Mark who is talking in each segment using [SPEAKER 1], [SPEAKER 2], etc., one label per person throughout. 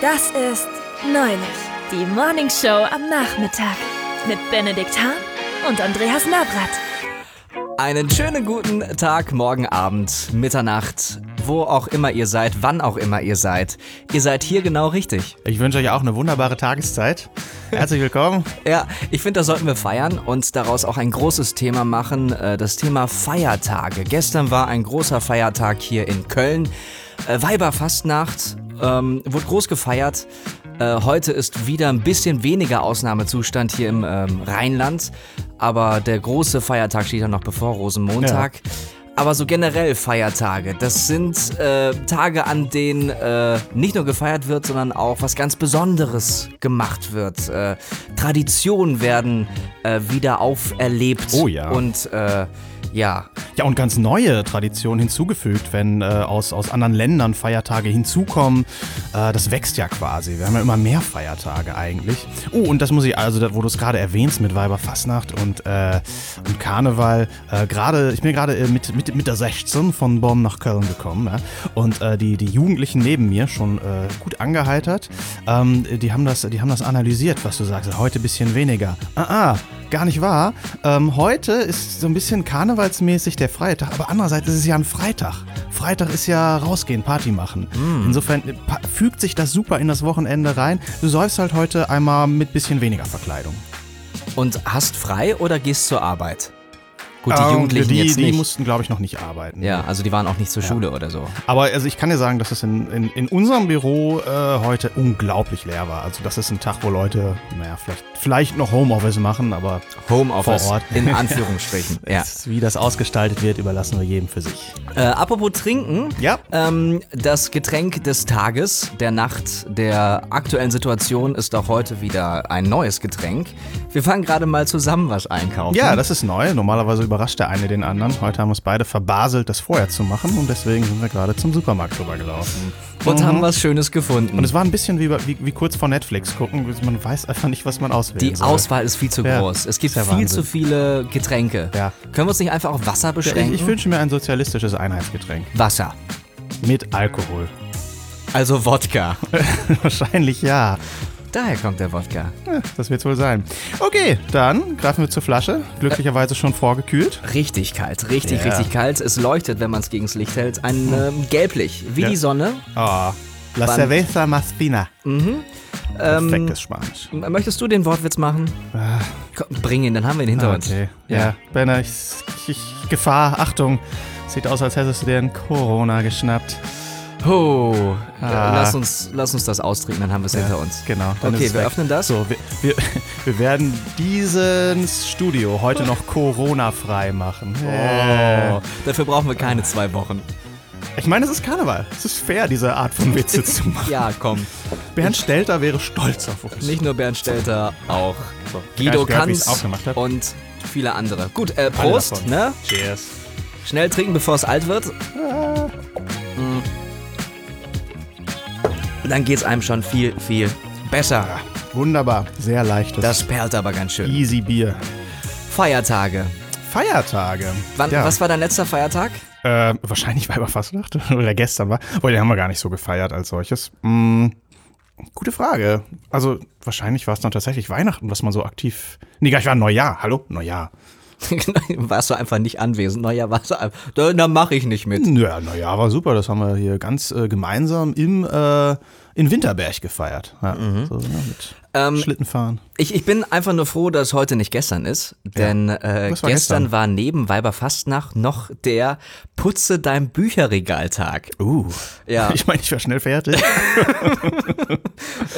[SPEAKER 1] Das ist Neulich, die Morning Show am Nachmittag mit Benedikt Hahn und Andreas Navrat.
[SPEAKER 2] Einen schönen guten Tag, morgen Abend, Mitternacht, wo auch immer ihr seid, wann auch immer ihr seid. Ihr seid hier genau richtig.
[SPEAKER 3] Ich wünsche euch auch eine wunderbare Tageszeit. Herzlich willkommen.
[SPEAKER 2] Ja, ich finde, das sollten wir feiern und daraus auch ein großes Thema machen, äh, das Thema Feiertage. Gestern war ein großer Feiertag hier in Köln. Äh, Weiberfastnacht ähm, wurde groß gefeiert. Äh, heute ist wieder ein bisschen weniger Ausnahmezustand hier im ähm, Rheinland, aber der große Feiertag steht ja noch bevor, Rosenmontag. Aber so generell Feiertage, das sind äh, Tage, an denen äh, nicht nur gefeiert wird, sondern auch was ganz Besonderes gemacht wird. Äh, Traditionen werden äh, wieder auferlebt.
[SPEAKER 3] Oh ja.
[SPEAKER 2] Und äh, ja,
[SPEAKER 3] Ja, und ganz neue Traditionen hinzugefügt, wenn äh, aus, aus anderen Ländern Feiertage hinzukommen. Äh, das wächst ja quasi. Wir haben ja immer mehr Feiertage eigentlich. Oh, und das muss ich, also da- wo du es gerade erwähnst mit Weiberfastnacht und, äh, und Karneval. Äh, gerade, ich bin gerade äh, mit, mit, mit der 16 von Bonn nach Köln gekommen. Ja? Und äh, die, die Jugendlichen neben mir schon äh, gut angeheitert. Ähm, die, haben das, die haben das analysiert, was du sagst. Heute ein bisschen weniger. Ah, ah gar nicht wahr. Ähm, heute ist so ein bisschen karnevalsmäßig der Freitag, aber andererseits ist es ja ein Freitag. Freitag ist ja rausgehen, Party machen. Insofern äh, pa- fügt sich das super in das Wochenende rein. Du säufst halt heute einmal mit bisschen weniger Verkleidung.
[SPEAKER 2] Und hast frei oder gehst zur Arbeit? Gut, die
[SPEAKER 3] Ähm,
[SPEAKER 2] Jugendlichen
[SPEAKER 3] die,
[SPEAKER 2] jetzt
[SPEAKER 3] die
[SPEAKER 2] nicht.
[SPEAKER 3] mussten, glaube ich, noch nicht arbeiten.
[SPEAKER 2] ja, also die waren auch nicht zur Schule oder so.
[SPEAKER 3] Aber also ich kann dir sagen, dass es in, in, in unserem Büro äh, heute unglaublich leer war. Also das ist ein Tag, wo Leute, naja, vielleicht, vielleicht noch Homeoffice machen, aber
[SPEAKER 2] Homeoffice
[SPEAKER 3] Vor Ort.
[SPEAKER 2] in Anführungsstrichen. ja.
[SPEAKER 3] wie das ausgestaltet wird, überlassen wir jedem für sich. Äh,
[SPEAKER 2] Äh, apropos Trinken.
[SPEAKER 3] Ja.
[SPEAKER 2] Ähm, das Getränk des Tages, der Nacht, der aktuellen Situation ist auch heute wieder ein neues Getränk. Wir fangen gerade mal zusammen was einkaufen.
[SPEAKER 3] Ja, das ist neu. Normalerweise überrascht der eine den anderen. Heute haben uns beide verbaselt, das vorher zu machen und deswegen sind wir gerade zum Supermarkt rübergelaufen.
[SPEAKER 2] Und haben was Schönes gefunden.
[SPEAKER 3] Mhm. Und es war ein bisschen wie, bei- wie, wie kurz vor Netflix gucken. Man weiß einfach nicht, was man auswählen
[SPEAKER 2] die
[SPEAKER 3] soll.
[SPEAKER 2] Auswahl ist viel zu
[SPEAKER 3] Ja,
[SPEAKER 2] groß. Es gibt
[SPEAKER 3] ist der
[SPEAKER 2] viel
[SPEAKER 3] Wahnsinn.
[SPEAKER 2] zu viele Getränke.
[SPEAKER 3] Ja.
[SPEAKER 2] Können wir uns nicht einfach auf Wasser
[SPEAKER 3] Ich,
[SPEAKER 2] beschränken?
[SPEAKER 3] ich wünsche mir ein sozialistisches Einheitsgetränk.
[SPEAKER 2] Wasser.
[SPEAKER 3] Mit Alkohol.
[SPEAKER 2] Also Wodka.
[SPEAKER 3] Wahrscheinlich ja.
[SPEAKER 2] Daher kommt der Wodka.
[SPEAKER 3] Ja, Das wird's wohl sein. Okay, dann greifen wir zur Flasche. Glücklicherweise schon vorgekühlt.
[SPEAKER 2] Richtig kalt, richtig,
[SPEAKER 3] Ja.
[SPEAKER 2] richtig kalt. Es leuchtet, wenn man es gegens Licht hält, ein ähm, gelblich, wie
[SPEAKER 3] Ja.
[SPEAKER 2] die Sonne.
[SPEAKER 3] Ah, La
[SPEAKER 2] Wann-
[SPEAKER 3] Cerveza más fina.
[SPEAKER 2] Ähm,
[SPEAKER 3] Perfektes Spanisch.
[SPEAKER 2] m- möchtest du den Wortwitz machen? Komm, bring ihn, dann haben wir ihn hinter
[SPEAKER 3] Ah. Okay.
[SPEAKER 2] uns.
[SPEAKER 3] Ja, ja. Benner, ich, ich, Gefahr, Achtung. Sieht aus, als hättest du dir einen Corona geschnappt.
[SPEAKER 2] Oh, äh,
[SPEAKER 3] Ah.
[SPEAKER 2] lass, uns, lass uns das austrinken, dann haben wir es hinter uns.
[SPEAKER 3] Genau.
[SPEAKER 2] Okay,
[SPEAKER 3] ist es
[SPEAKER 2] wir
[SPEAKER 3] weg.
[SPEAKER 2] öffnen das.
[SPEAKER 3] So, wir, wir, wir werden dieses Studio heute noch Corona-frei machen.
[SPEAKER 2] Oh, dafür brauchen wir keine zwei Wochen.
[SPEAKER 3] Ich meine, es ist Karneval. Es ist fair, diese Art von Witze zu machen.
[SPEAKER 2] Ja, komm.
[SPEAKER 3] Bernd Stelter wäre stolz auf uns.
[SPEAKER 2] Nicht nur Bernd Stelter, auch
[SPEAKER 3] So,
[SPEAKER 2] Guido
[SPEAKER 3] gar nicht gehört, wie ich's
[SPEAKER 2] Kanz
[SPEAKER 3] aufgemacht habe.
[SPEAKER 2] und viele andere. Gut, äh,
[SPEAKER 3] Alle
[SPEAKER 2] Prost,
[SPEAKER 3] davon.
[SPEAKER 2] ne?
[SPEAKER 3] Cheers.
[SPEAKER 2] Schnell trinken, bevor es alt wird.
[SPEAKER 3] Ah.
[SPEAKER 2] Mm. Dann geht's einem schon viel, viel besser.
[SPEAKER 3] Wunderbar. Sehr leichtes.
[SPEAKER 2] Das perlt aber ganz schön.
[SPEAKER 3] Easy Bier.
[SPEAKER 2] Feiertage.
[SPEAKER 3] Feiertage.
[SPEAKER 2] Wann,
[SPEAKER 3] Ja.
[SPEAKER 2] Was war dein letzter Feiertag?
[SPEAKER 3] Äh, wahrscheinlich Weiberfastnacht oder gestern war. Weil den haben wir gar nicht so gefeiert als solches. Mm, gute Frage. Also wahrscheinlich war es dann tatsächlich Weihnachten, was man so aktiv. Nee, gar nicht war Neujahr. Hallo? Neujahr.
[SPEAKER 2] warst du einfach nicht anwesend? Naja, warst du einfach. Da, da mache ich nicht mit.
[SPEAKER 3] Ja, Neujahr war super. Das haben wir hier ganz äh, gemeinsam im, äh, in Winterberg gefeiert. Ja,
[SPEAKER 2] Mhm.
[SPEAKER 3] so, ne, mit
[SPEAKER 2] Ähm,
[SPEAKER 3] Schlittenfahren.
[SPEAKER 2] Ich, ich bin einfach nur froh, dass heute nicht gestern ist, denn äh,
[SPEAKER 3] Was
[SPEAKER 2] gestern,
[SPEAKER 3] war gestern?
[SPEAKER 2] war neben Weiberfastnacht noch der Putze dein Bücherregaltag.
[SPEAKER 3] Uh.
[SPEAKER 2] Ja.
[SPEAKER 3] Ich meine, ich war schnell fertig.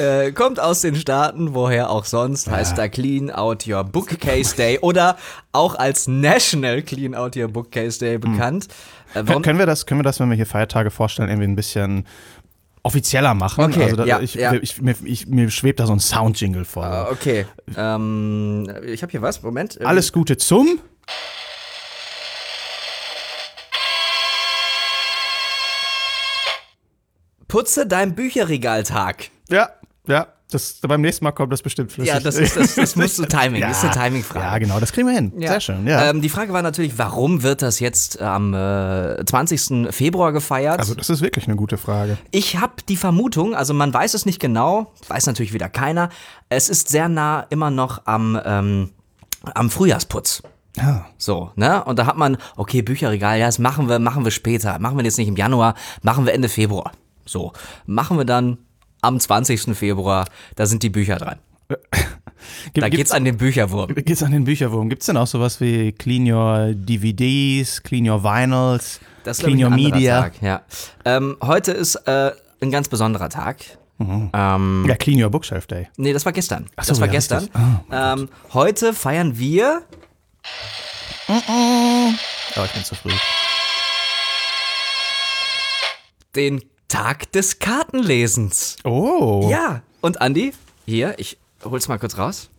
[SPEAKER 2] Äh, kommt aus den Staaten, woher auch sonst, heißt da Clean Out Your Bookcase Day oder auch als National Clean Out Your Bookcase Day bekannt. Äh, warum-
[SPEAKER 3] Können wir, das, können wir das, wenn wir hier Feiertage vorstellen, irgendwie ein bisschen offizieller machen?
[SPEAKER 2] Okay,
[SPEAKER 3] also da,
[SPEAKER 2] ja,
[SPEAKER 3] ich,
[SPEAKER 2] ja.
[SPEAKER 3] Ich, mir, ich, mir schwebt da so ein Soundjingle vor.
[SPEAKER 2] Ah, okay. Ähm, ich habe hier was, Moment. Ähm,
[SPEAKER 3] Alles Gute zum.
[SPEAKER 2] Putze dein Bücherregaltag.
[SPEAKER 3] Ja, ja. Das, beim nächsten Mal kommt das bestimmt flüssig.
[SPEAKER 2] Ja, das ist das, das muss so Timing, ist eine Timingfrage.
[SPEAKER 3] Ja, genau, das kriegen wir hin. Sehr schön, ja.
[SPEAKER 2] Ähm, die Frage war natürlich, warum wird das jetzt am äh, 20. Februar gefeiert?
[SPEAKER 3] also, das ist wirklich eine gute Frage.
[SPEAKER 2] Ich habe die Vermutung, also man weiß es nicht genau, weiß natürlich wieder keiner. Es ist sehr nah immer noch am, ähm, am Frühjahrsputz.
[SPEAKER 3] Ja.
[SPEAKER 2] So, ne? Und da hat man, okay, Bücherregal, ja, das machen wir, machen wir später. Machen wir jetzt nicht im Januar, machen wir Ende Februar. So, machen wir dann am 20. Februar, da sind die Bücher dran.
[SPEAKER 3] Gibt,
[SPEAKER 2] Da geht's an den Bücherwurm.
[SPEAKER 3] Äh, Geht's an den Bücherwurm? Gibt's denn auch sowas wie Clean Your DVDs, Clean Your Vinyls,
[SPEAKER 2] Das ist, glaub
[SPEAKER 3] Clean
[SPEAKER 2] ich,
[SPEAKER 3] Your
[SPEAKER 2] ein anderer
[SPEAKER 3] Media?
[SPEAKER 2] Tag, ja. ähm, heute ist äh, ein ganz besonderer Tag. Ähm,
[SPEAKER 3] Ja, Clean Your Bookshelf Day.
[SPEAKER 2] nee, das war gestern.
[SPEAKER 3] so,
[SPEAKER 2] das war
[SPEAKER 3] ja,
[SPEAKER 2] gestern.
[SPEAKER 3] richtig. Ah,
[SPEAKER 2] ähm, heute feiern wir
[SPEAKER 3] Aber ich bin zu früh.
[SPEAKER 2] den Tag des Kartenlesens.
[SPEAKER 3] Oh.
[SPEAKER 2] Ja. Und Andi, hier, ich hol's mal kurz raus.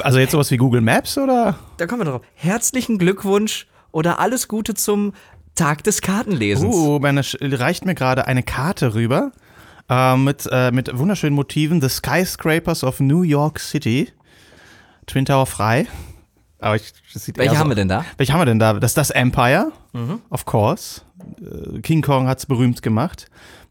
[SPEAKER 3] Also jetzt sowas wie Google Maps oder?
[SPEAKER 2] Da kommen wir drauf. Herzlichen Glückwunsch oder alles Gute zum Tag des Kartenlesens.
[SPEAKER 3] Uh, meine Sch reicht mir gerade eine Karte rüber äh, mit, äh, mit wunderschönen Motiven. The Skyscrapers of New York City. Twin Tower frei. Aber ich, das sieht
[SPEAKER 2] Welche
[SPEAKER 3] eher so-
[SPEAKER 2] haben wir denn Mhm. da?
[SPEAKER 3] Welche haben wir denn da? Das ist das Empire, of course. Äh, King Kong hat es berühmt gemacht.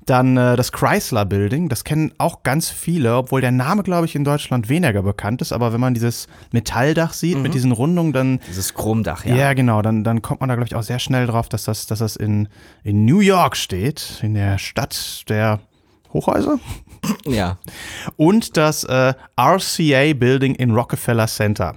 [SPEAKER 3] Dann äh, das Chrysler Building, das kennen auch ganz viele, obwohl der Name, glaube ich, in Deutschland weniger bekannt ist. Aber wenn man dieses Metalldach
[SPEAKER 2] Mhm.
[SPEAKER 3] sieht mit diesen Rundungen, dann
[SPEAKER 2] Dieses Chromdach,
[SPEAKER 3] ja,
[SPEAKER 2] ja.
[SPEAKER 3] genau. Dann, dann kommt man da, glaube ich, auch sehr schnell drauf, dass das, dass das in, in New York steht, in der Stadt der Hochhäuser.
[SPEAKER 2] Ja,
[SPEAKER 3] Und das äh, RCA Building in Rockefeller Center.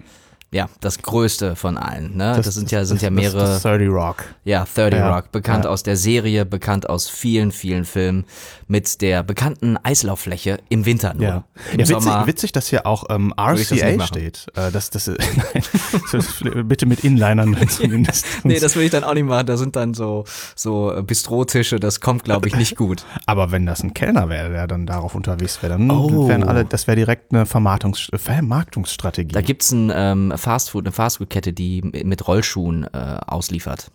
[SPEAKER 2] ja das größte von allen. Ne? Das, sind ja, sind ja
[SPEAKER 3] das-
[SPEAKER 2] mehrere.
[SPEAKER 3] Das, das 30 Rock.
[SPEAKER 2] ja, 30
[SPEAKER 3] Ja,
[SPEAKER 2] Rock, bekannt
[SPEAKER 3] ja.
[SPEAKER 2] aus der Serie, bekannt aus vielen, vielen Filmen, mit der bekannten Eislauffläche im Winter nur.
[SPEAKER 3] Ja,
[SPEAKER 2] Im
[SPEAKER 3] ja
[SPEAKER 2] Sommer.
[SPEAKER 3] witzig, witzig, dass hier auch ähm,
[SPEAKER 2] ich das nicht
[SPEAKER 3] RCA
[SPEAKER 2] machen.
[SPEAKER 3] steht. Äh, das, das, ist- nein, das ist- bitte mit Inlinern zumindest.
[SPEAKER 2] Nee, das will ich dann auch nicht machen. Da sind dann so, so äh, Bistrotische, das kommt, glaube ich, nicht gut.
[SPEAKER 3] Aber wenn das ein Kellner wäre, der dann darauf unterwegs wäre, dann
[SPEAKER 2] Oh.
[SPEAKER 3] wären alle, das wäre direkt eine Vermarktungs Vermarktungsstrategie.
[SPEAKER 2] Da gibt's ein ähm, Fastfood, eine Fastfood-Kette, die mit Rollschuhen äh, ausliefert.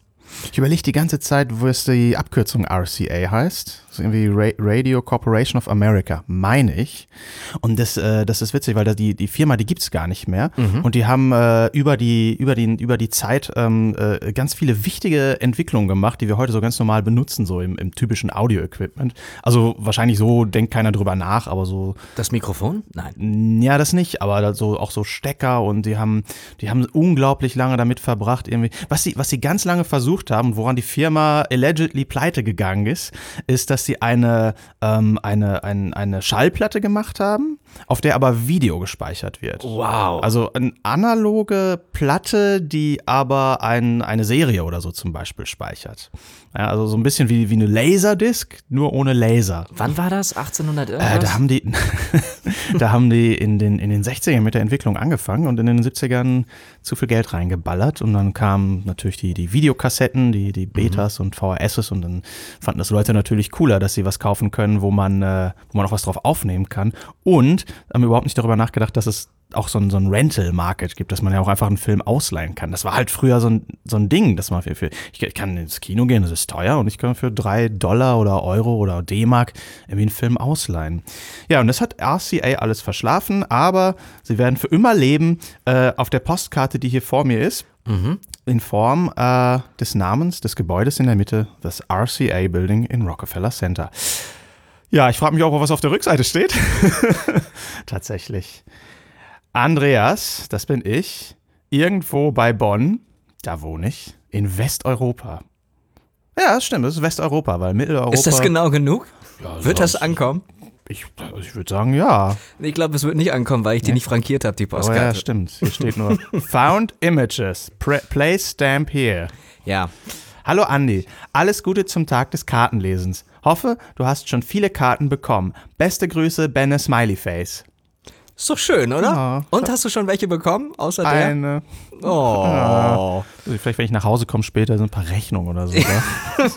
[SPEAKER 3] Ich überlege die ganze Zeit, wo es die Abkürzung RCA heißt. Das ist irgendwie Ra Radio Corporation of America, meine ich. Und das, äh, das ist witzig, weil da die, die Firma, die gibt's gar nicht mehr. Und die haben äh, über, die, über, den, über die Zeit ähm, äh, ganz viele wichtige Entwicklungen gemacht, die wir heute so ganz normal benutzen, so im, im typischen Audio-Equipment. Also wahrscheinlich so denkt keiner drüber nach, aber so
[SPEAKER 2] Das Mikrofon? Nein.
[SPEAKER 3] ja, das nicht, aber da so, auch so Stecker und die haben, die haben unglaublich lange damit verbracht, irgendwie. Was sie, was sie ganz lange versucht haben, und woran die Firma allegedly pleite gegangen ist, ist, dass sie eine, ähm, eine, ein, eine Schallplatte gemacht haben, auf der aber Video gespeichert wird.
[SPEAKER 2] Wow.
[SPEAKER 3] Also eine analoge Platte, die aber ein, eine Serie oder so zum Beispiel speichert. Ja, also so ein bisschen wie, wie eine Laserdisc, nur ohne Laser.
[SPEAKER 2] Wann war das? 1800 irgendwas?
[SPEAKER 3] Äh, da haben die, da haben die in den, in den 60ern mit der Entwicklung angefangen und in den 70ern zu viel Geld reingeballert. Und dann kamen natürlich die, die Videokassetten, die, die Betas und VHSs und dann fanden das Leute natürlich cooler, dass sie was kaufen können, wo man, äh, wo man auch was drauf aufnehmen kann. Und haben überhaupt nicht darüber nachgedacht, dass es auch so ein, so ein Rental-Market gibt, dass man ja auch einfach einen Film ausleihen kann. Das war halt früher so ein, so ein Ding, dass man für, für ich kann ins Kino gehen, das ist teuer und ich kann für drei Dollar oder Euro oder D-Mark irgendwie einen Film ausleihen. Ja, und das hat RCA alles verschlafen, aber sie werden für immer leben äh, auf der Postkarte, die hier vor mir ist, in Form äh, des Namens des Gebäudes in der Mitte, das RCA Building in Rockefeller Center. Ja, ich frage mich auch, was auf der Rückseite steht. Tatsächlich. Andreas, das bin ich, irgendwo bei Bonn, da wohne ich, in Westeuropa. Ja, das stimmt, das ist Westeuropa, weil Mitteleuropa.
[SPEAKER 2] ist das genau genug? wird das
[SPEAKER 3] sonst-
[SPEAKER 2] ankommen?
[SPEAKER 3] Ich, also ich würde sagen, ja.
[SPEAKER 2] Ich glaube, es wird nicht ankommen, weil ich die nicht frankiert habe, die
[SPEAKER 3] Aber Oh ja,
[SPEAKER 2] Postkarte.
[SPEAKER 3] stimmt. Hier steht nur Found Images. Pre place stamp here.
[SPEAKER 2] ja.
[SPEAKER 3] Hallo Andi, alles Gute zum Tag des Kartenlesens. Hoffe, du hast schon viele Karten bekommen. Beste Grüße, Benne Smileyface.
[SPEAKER 2] Ist doch schön, oder?
[SPEAKER 3] Ja.
[SPEAKER 2] Und hast du schon welche bekommen, außer
[SPEAKER 3] Eine.
[SPEAKER 2] der? Oh.
[SPEAKER 3] Also vielleicht, wenn ich nach Hause komme später, sind ein paar Rechnungen oder so. oder?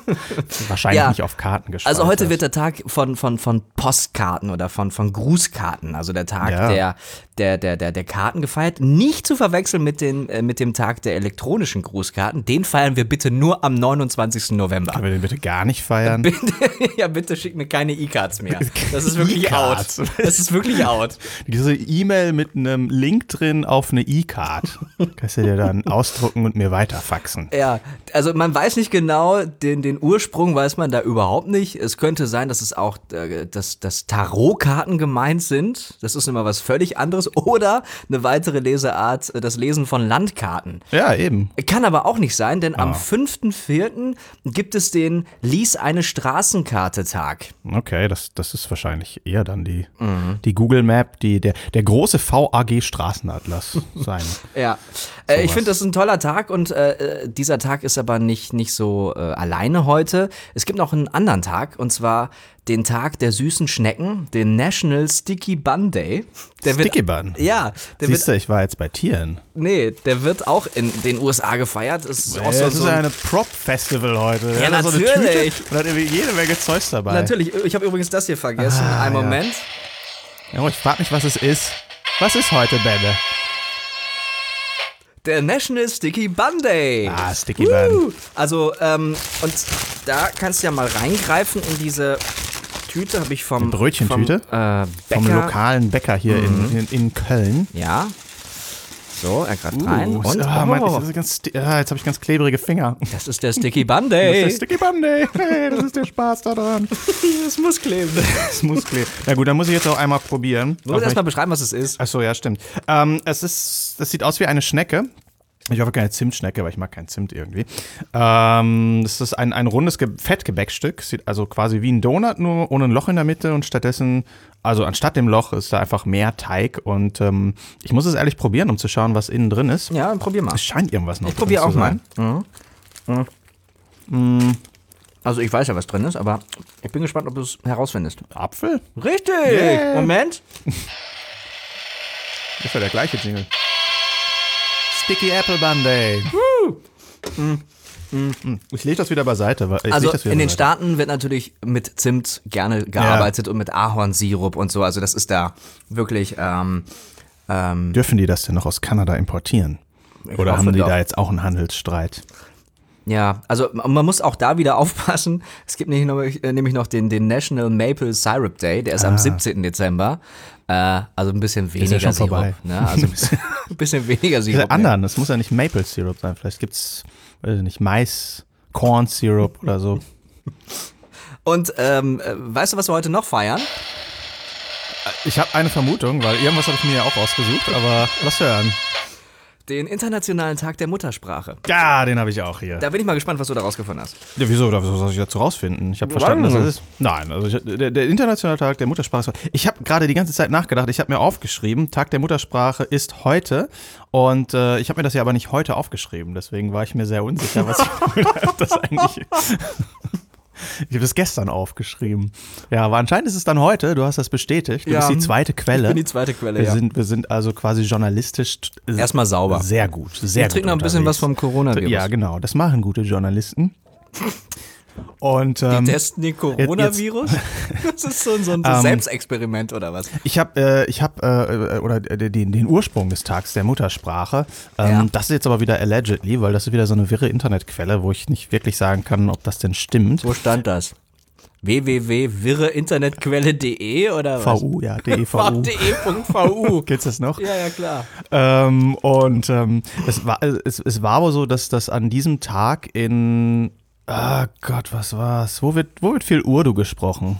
[SPEAKER 3] Wahrscheinlich
[SPEAKER 2] Ja.
[SPEAKER 3] nicht auf Karten gespeichert.
[SPEAKER 2] Also heute wird der Tag von, von, von Postkarten oder von, von Grußkarten, also der Tag
[SPEAKER 3] Ja.
[SPEAKER 2] der, der, der, der, der Karten gefeiert. Nicht zu verwechseln mit, den, äh, mit dem Tag der elektronischen Grußkarten. Den feiern wir bitte nur am 29. November.
[SPEAKER 3] Können wir den bitte gar nicht feiern?
[SPEAKER 2] ja, bitte schick mir keine E-Cards mehr. Das ist wirklich out.
[SPEAKER 3] E-Cards.
[SPEAKER 2] Das ist wirklich out.
[SPEAKER 3] Diese E-Mail mit einem Link drin auf eine E-Card. Kannst du dir dann ausdrucken und mir weiterfaxen.
[SPEAKER 2] Ja, also man weiß nicht genau, den, den Ursprung weiß man da überhaupt nicht. Es könnte sein, dass es auch äh, dass, dass Tarotkarten gemeint sind. Das ist immer was völlig anderes. Oder eine weitere Leseart, äh, das Lesen von Landkarten.
[SPEAKER 3] Ja, eben.
[SPEAKER 2] Kann aber auch nicht sein, denn am 5.4. gibt es den Lies eine Straßenkarte-Tag.
[SPEAKER 3] Okay, das, das ist wahrscheinlich eher dann die, die Google Map, die, der, der große VAG Straßenatlas sein.
[SPEAKER 2] Ja, äh, ich finde, das ist ein toller Tag und äh, äh, dieser Tag ist aber nicht, nicht so äh, alleine heute. Es gibt noch einen anderen Tag und zwar den Tag der süßen Schnecken, den National Sticky Bun Day. Der wird,
[SPEAKER 3] Sticky Bun.
[SPEAKER 2] Ja, der
[SPEAKER 3] Siehst
[SPEAKER 2] wird,
[SPEAKER 3] du, ich war jetzt bei Tieren.
[SPEAKER 2] nee, der wird auch in den USA gefeiert. Es Ist auch
[SPEAKER 3] Das
[SPEAKER 2] so,
[SPEAKER 3] ist
[SPEAKER 2] so
[SPEAKER 3] ja eine Prop-Festival heute. Ja, so eine
[SPEAKER 2] natürlich.
[SPEAKER 3] Tüte und hat irgendwie jede Menge Zeugs dabei.
[SPEAKER 2] Natürlich, ich habe übrigens das hier vergessen.
[SPEAKER 3] Ah,
[SPEAKER 2] Einen
[SPEAKER 3] ja.
[SPEAKER 2] Moment.
[SPEAKER 3] Ja, aber ich frage mich, was es ist. Was ist heute, Bälle?
[SPEAKER 2] Der National Sticky Bun Day.
[SPEAKER 3] Ah, Sticky Bun.
[SPEAKER 2] Uh, Also, ähm, und da kannst du ja mal reingreifen in diese Tüte, habe ich vom.
[SPEAKER 3] Brötchentüte?
[SPEAKER 2] Vom, äh, Bäcker.
[SPEAKER 3] Vom lokalen Bäcker hier in, in, in Köln.
[SPEAKER 2] Ja. So, er greift rein.
[SPEAKER 3] Uh,
[SPEAKER 2] Und,
[SPEAKER 3] ah, Mann,
[SPEAKER 2] oh,
[SPEAKER 3] das ist ganz, sti- ah, jetzt habe ich ganz klebrige Finger. Das
[SPEAKER 2] das ist der Sticky Bun
[SPEAKER 3] ist der
[SPEAKER 2] Day.
[SPEAKER 3] Sticky Bun Day. Hey, das ist der Spaß daran.
[SPEAKER 2] Das muss kleben.
[SPEAKER 3] Das muss kleben. Na gut, dann muss ich jetzt auch einmal probieren.
[SPEAKER 2] Du musst
[SPEAKER 3] Auch wenn
[SPEAKER 2] erstmal beschreiben, was es ist.
[SPEAKER 3] ich- Ach so, ja, stimmt. Ähm, es ist, das sieht aus wie eine Schnecke. Ich hoffe, keine Zimtschnecke, weil ich mag keinen Zimt irgendwie. Ähm, das ist ein, ein rundes Ge Fettgebäckstück. Sieht also quasi wie ein Donut, nur ohne ein Loch in der Mitte. Und stattdessen, also anstatt dem Loch, ist da einfach mehr Teig. Und ähm, ich muss es ehrlich probieren, um zu schauen, was innen drin Also- ist. ne?
[SPEAKER 2] Ja, probier mal.
[SPEAKER 3] Es scheint irgendwas noch
[SPEAKER 2] Ich probier
[SPEAKER 3] drin
[SPEAKER 2] auch
[SPEAKER 3] zu sein.
[SPEAKER 2] mal. Mm. Also, ich weiß ja, was drin ist, aber ich bin gespannt, ob du es herausfindest.
[SPEAKER 3] Apfel?
[SPEAKER 2] Richtig!
[SPEAKER 3] Yeah.
[SPEAKER 2] Moment.
[SPEAKER 3] Das war der gleiche Jingle. Sticky Apple Monday. mm. Ich lege das wieder beiseite. weil- Ich
[SPEAKER 2] Also
[SPEAKER 3] leg das wieder
[SPEAKER 2] in den
[SPEAKER 3] beiseite.
[SPEAKER 2] Staaten wird natürlich mit Zimt gerne gearbeitet und mit Ahornsirup und so. Also das ist da wirklich. Ähm, ähm,
[SPEAKER 3] Dürfen die das denn noch aus Kanada importieren? Oder
[SPEAKER 2] hoffe
[SPEAKER 3] haben die
[SPEAKER 2] doch.
[SPEAKER 3] da jetzt auch einen Handelsstreit?
[SPEAKER 2] ja, also man man muss auch da wieder aufpassen. Es gibt nämlich noch, äh, nämlich noch den, den National Maple Syrup Day, der ist am 17. Dezember. Äh, also ein bisschen weniger
[SPEAKER 3] Ah. schon
[SPEAKER 2] Sirup.
[SPEAKER 3] vorbei.
[SPEAKER 2] Ne? Also ein bisschen, ein bisschen weniger Sirup.
[SPEAKER 3] Diese anderen, das muss ja nicht Maple Syrup sein. Vielleicht gibt's, weiß ich nicht, Mais, Corn Syrup oder so.
[SPEAKER 2] Und ähm, äh, weißt du, was wir heute noch feiern?
[SPEAKER 3] Ich habe eine Vermutung, weil irgendwas habe ich mir ja auch ausgesucht, aber lass hören.
[SPEAKER 2] Den Internationalen Tag der Muttersprache.
[SPEAKER 3] Ja, den habe ich auch hier.
[SPEAKER 2] Da bin ich mal gespannt, was du daraus gefunden hast.
[SPEAKER 3] Ja, wieso? Da- Was soll ich dazu rausfinden? Ich habe verstanden, was das ist. Nein, also ich, der, der Internationale Tag der Muttersprache. Ich habe gerade die ganze Zeit nachgedacht. Ich habe mir aufgeschrieben, Tag der Muttersprache ist heute. Und äh, ich habe mir das ja aber nicht heute aufgeschrieben. Deswegen war ich mir sehr unsicher, was ich das eigentlich. Ich habe das gestern aufgeschrieben. Ja, aber anscheinend ist es dann heute. Du hast das bestätigt. Du
[SPEAKER 2] Ja.
[SPEAKER 3] bist die zweite Quelle.
[SPEAKER 2] Ich bin die zweite Quelle,
[SPEAKER 3] Wir,
[SPEAKER 2] ja.
[SPEAKER 3] sind, wir sind also quasi journalistisch äh,
[SPEAKER 2] Erstmal sauber.
[SPEAKER 3] Sehr gut.
[SPEAKER 2] Wir
[SPEAKER 3] Sehr gut
[SPEAKER 2] trinken noch ein bisschen
[SPEAKER 3] unterwegs.
[SPEAKER 2] was vom Coronavirus.
[SPEAKER 3] Ja, genau. Das machen gute Journalisten. Und ähm,
[SPEAKER 2] testen den Coronavirus? Das ist so ein, so ein Selbstexperiment oder was?
[SPEAKER 3] ich habe, äh, ich habe äh, oder äh, den, den Ursprung des Tags der Muttersprache. Ähm,
[SPEAKER 2] Ja.
[SPEAKER 3] Das ist jetzt aber wieder allegedly, weil das ist wieder so eine wirre Internetquelle, wo ich nicht wirklich sagen kann, ob das denn stimmt.
[SPEAKER 2] Wo stand das? www.wirreinternetquelle.de E oder was?
[SPEAKER 3] VU, ja, E
[SPEAKER 2] E,
[SPEAKER 3] DEVU.
[SPEAKER 2] .de.vu.
[SPEAKER 3] Geht's das noch?
[SPEAKER 2] ja, ja, klar.
[SPEAKER 3] Ähm, und ähm, es, war, es, es war aber so, dass das an diesem Tag in. Ah Gott, was war's? Wo wird, wo wird viel Urdu gesprochen?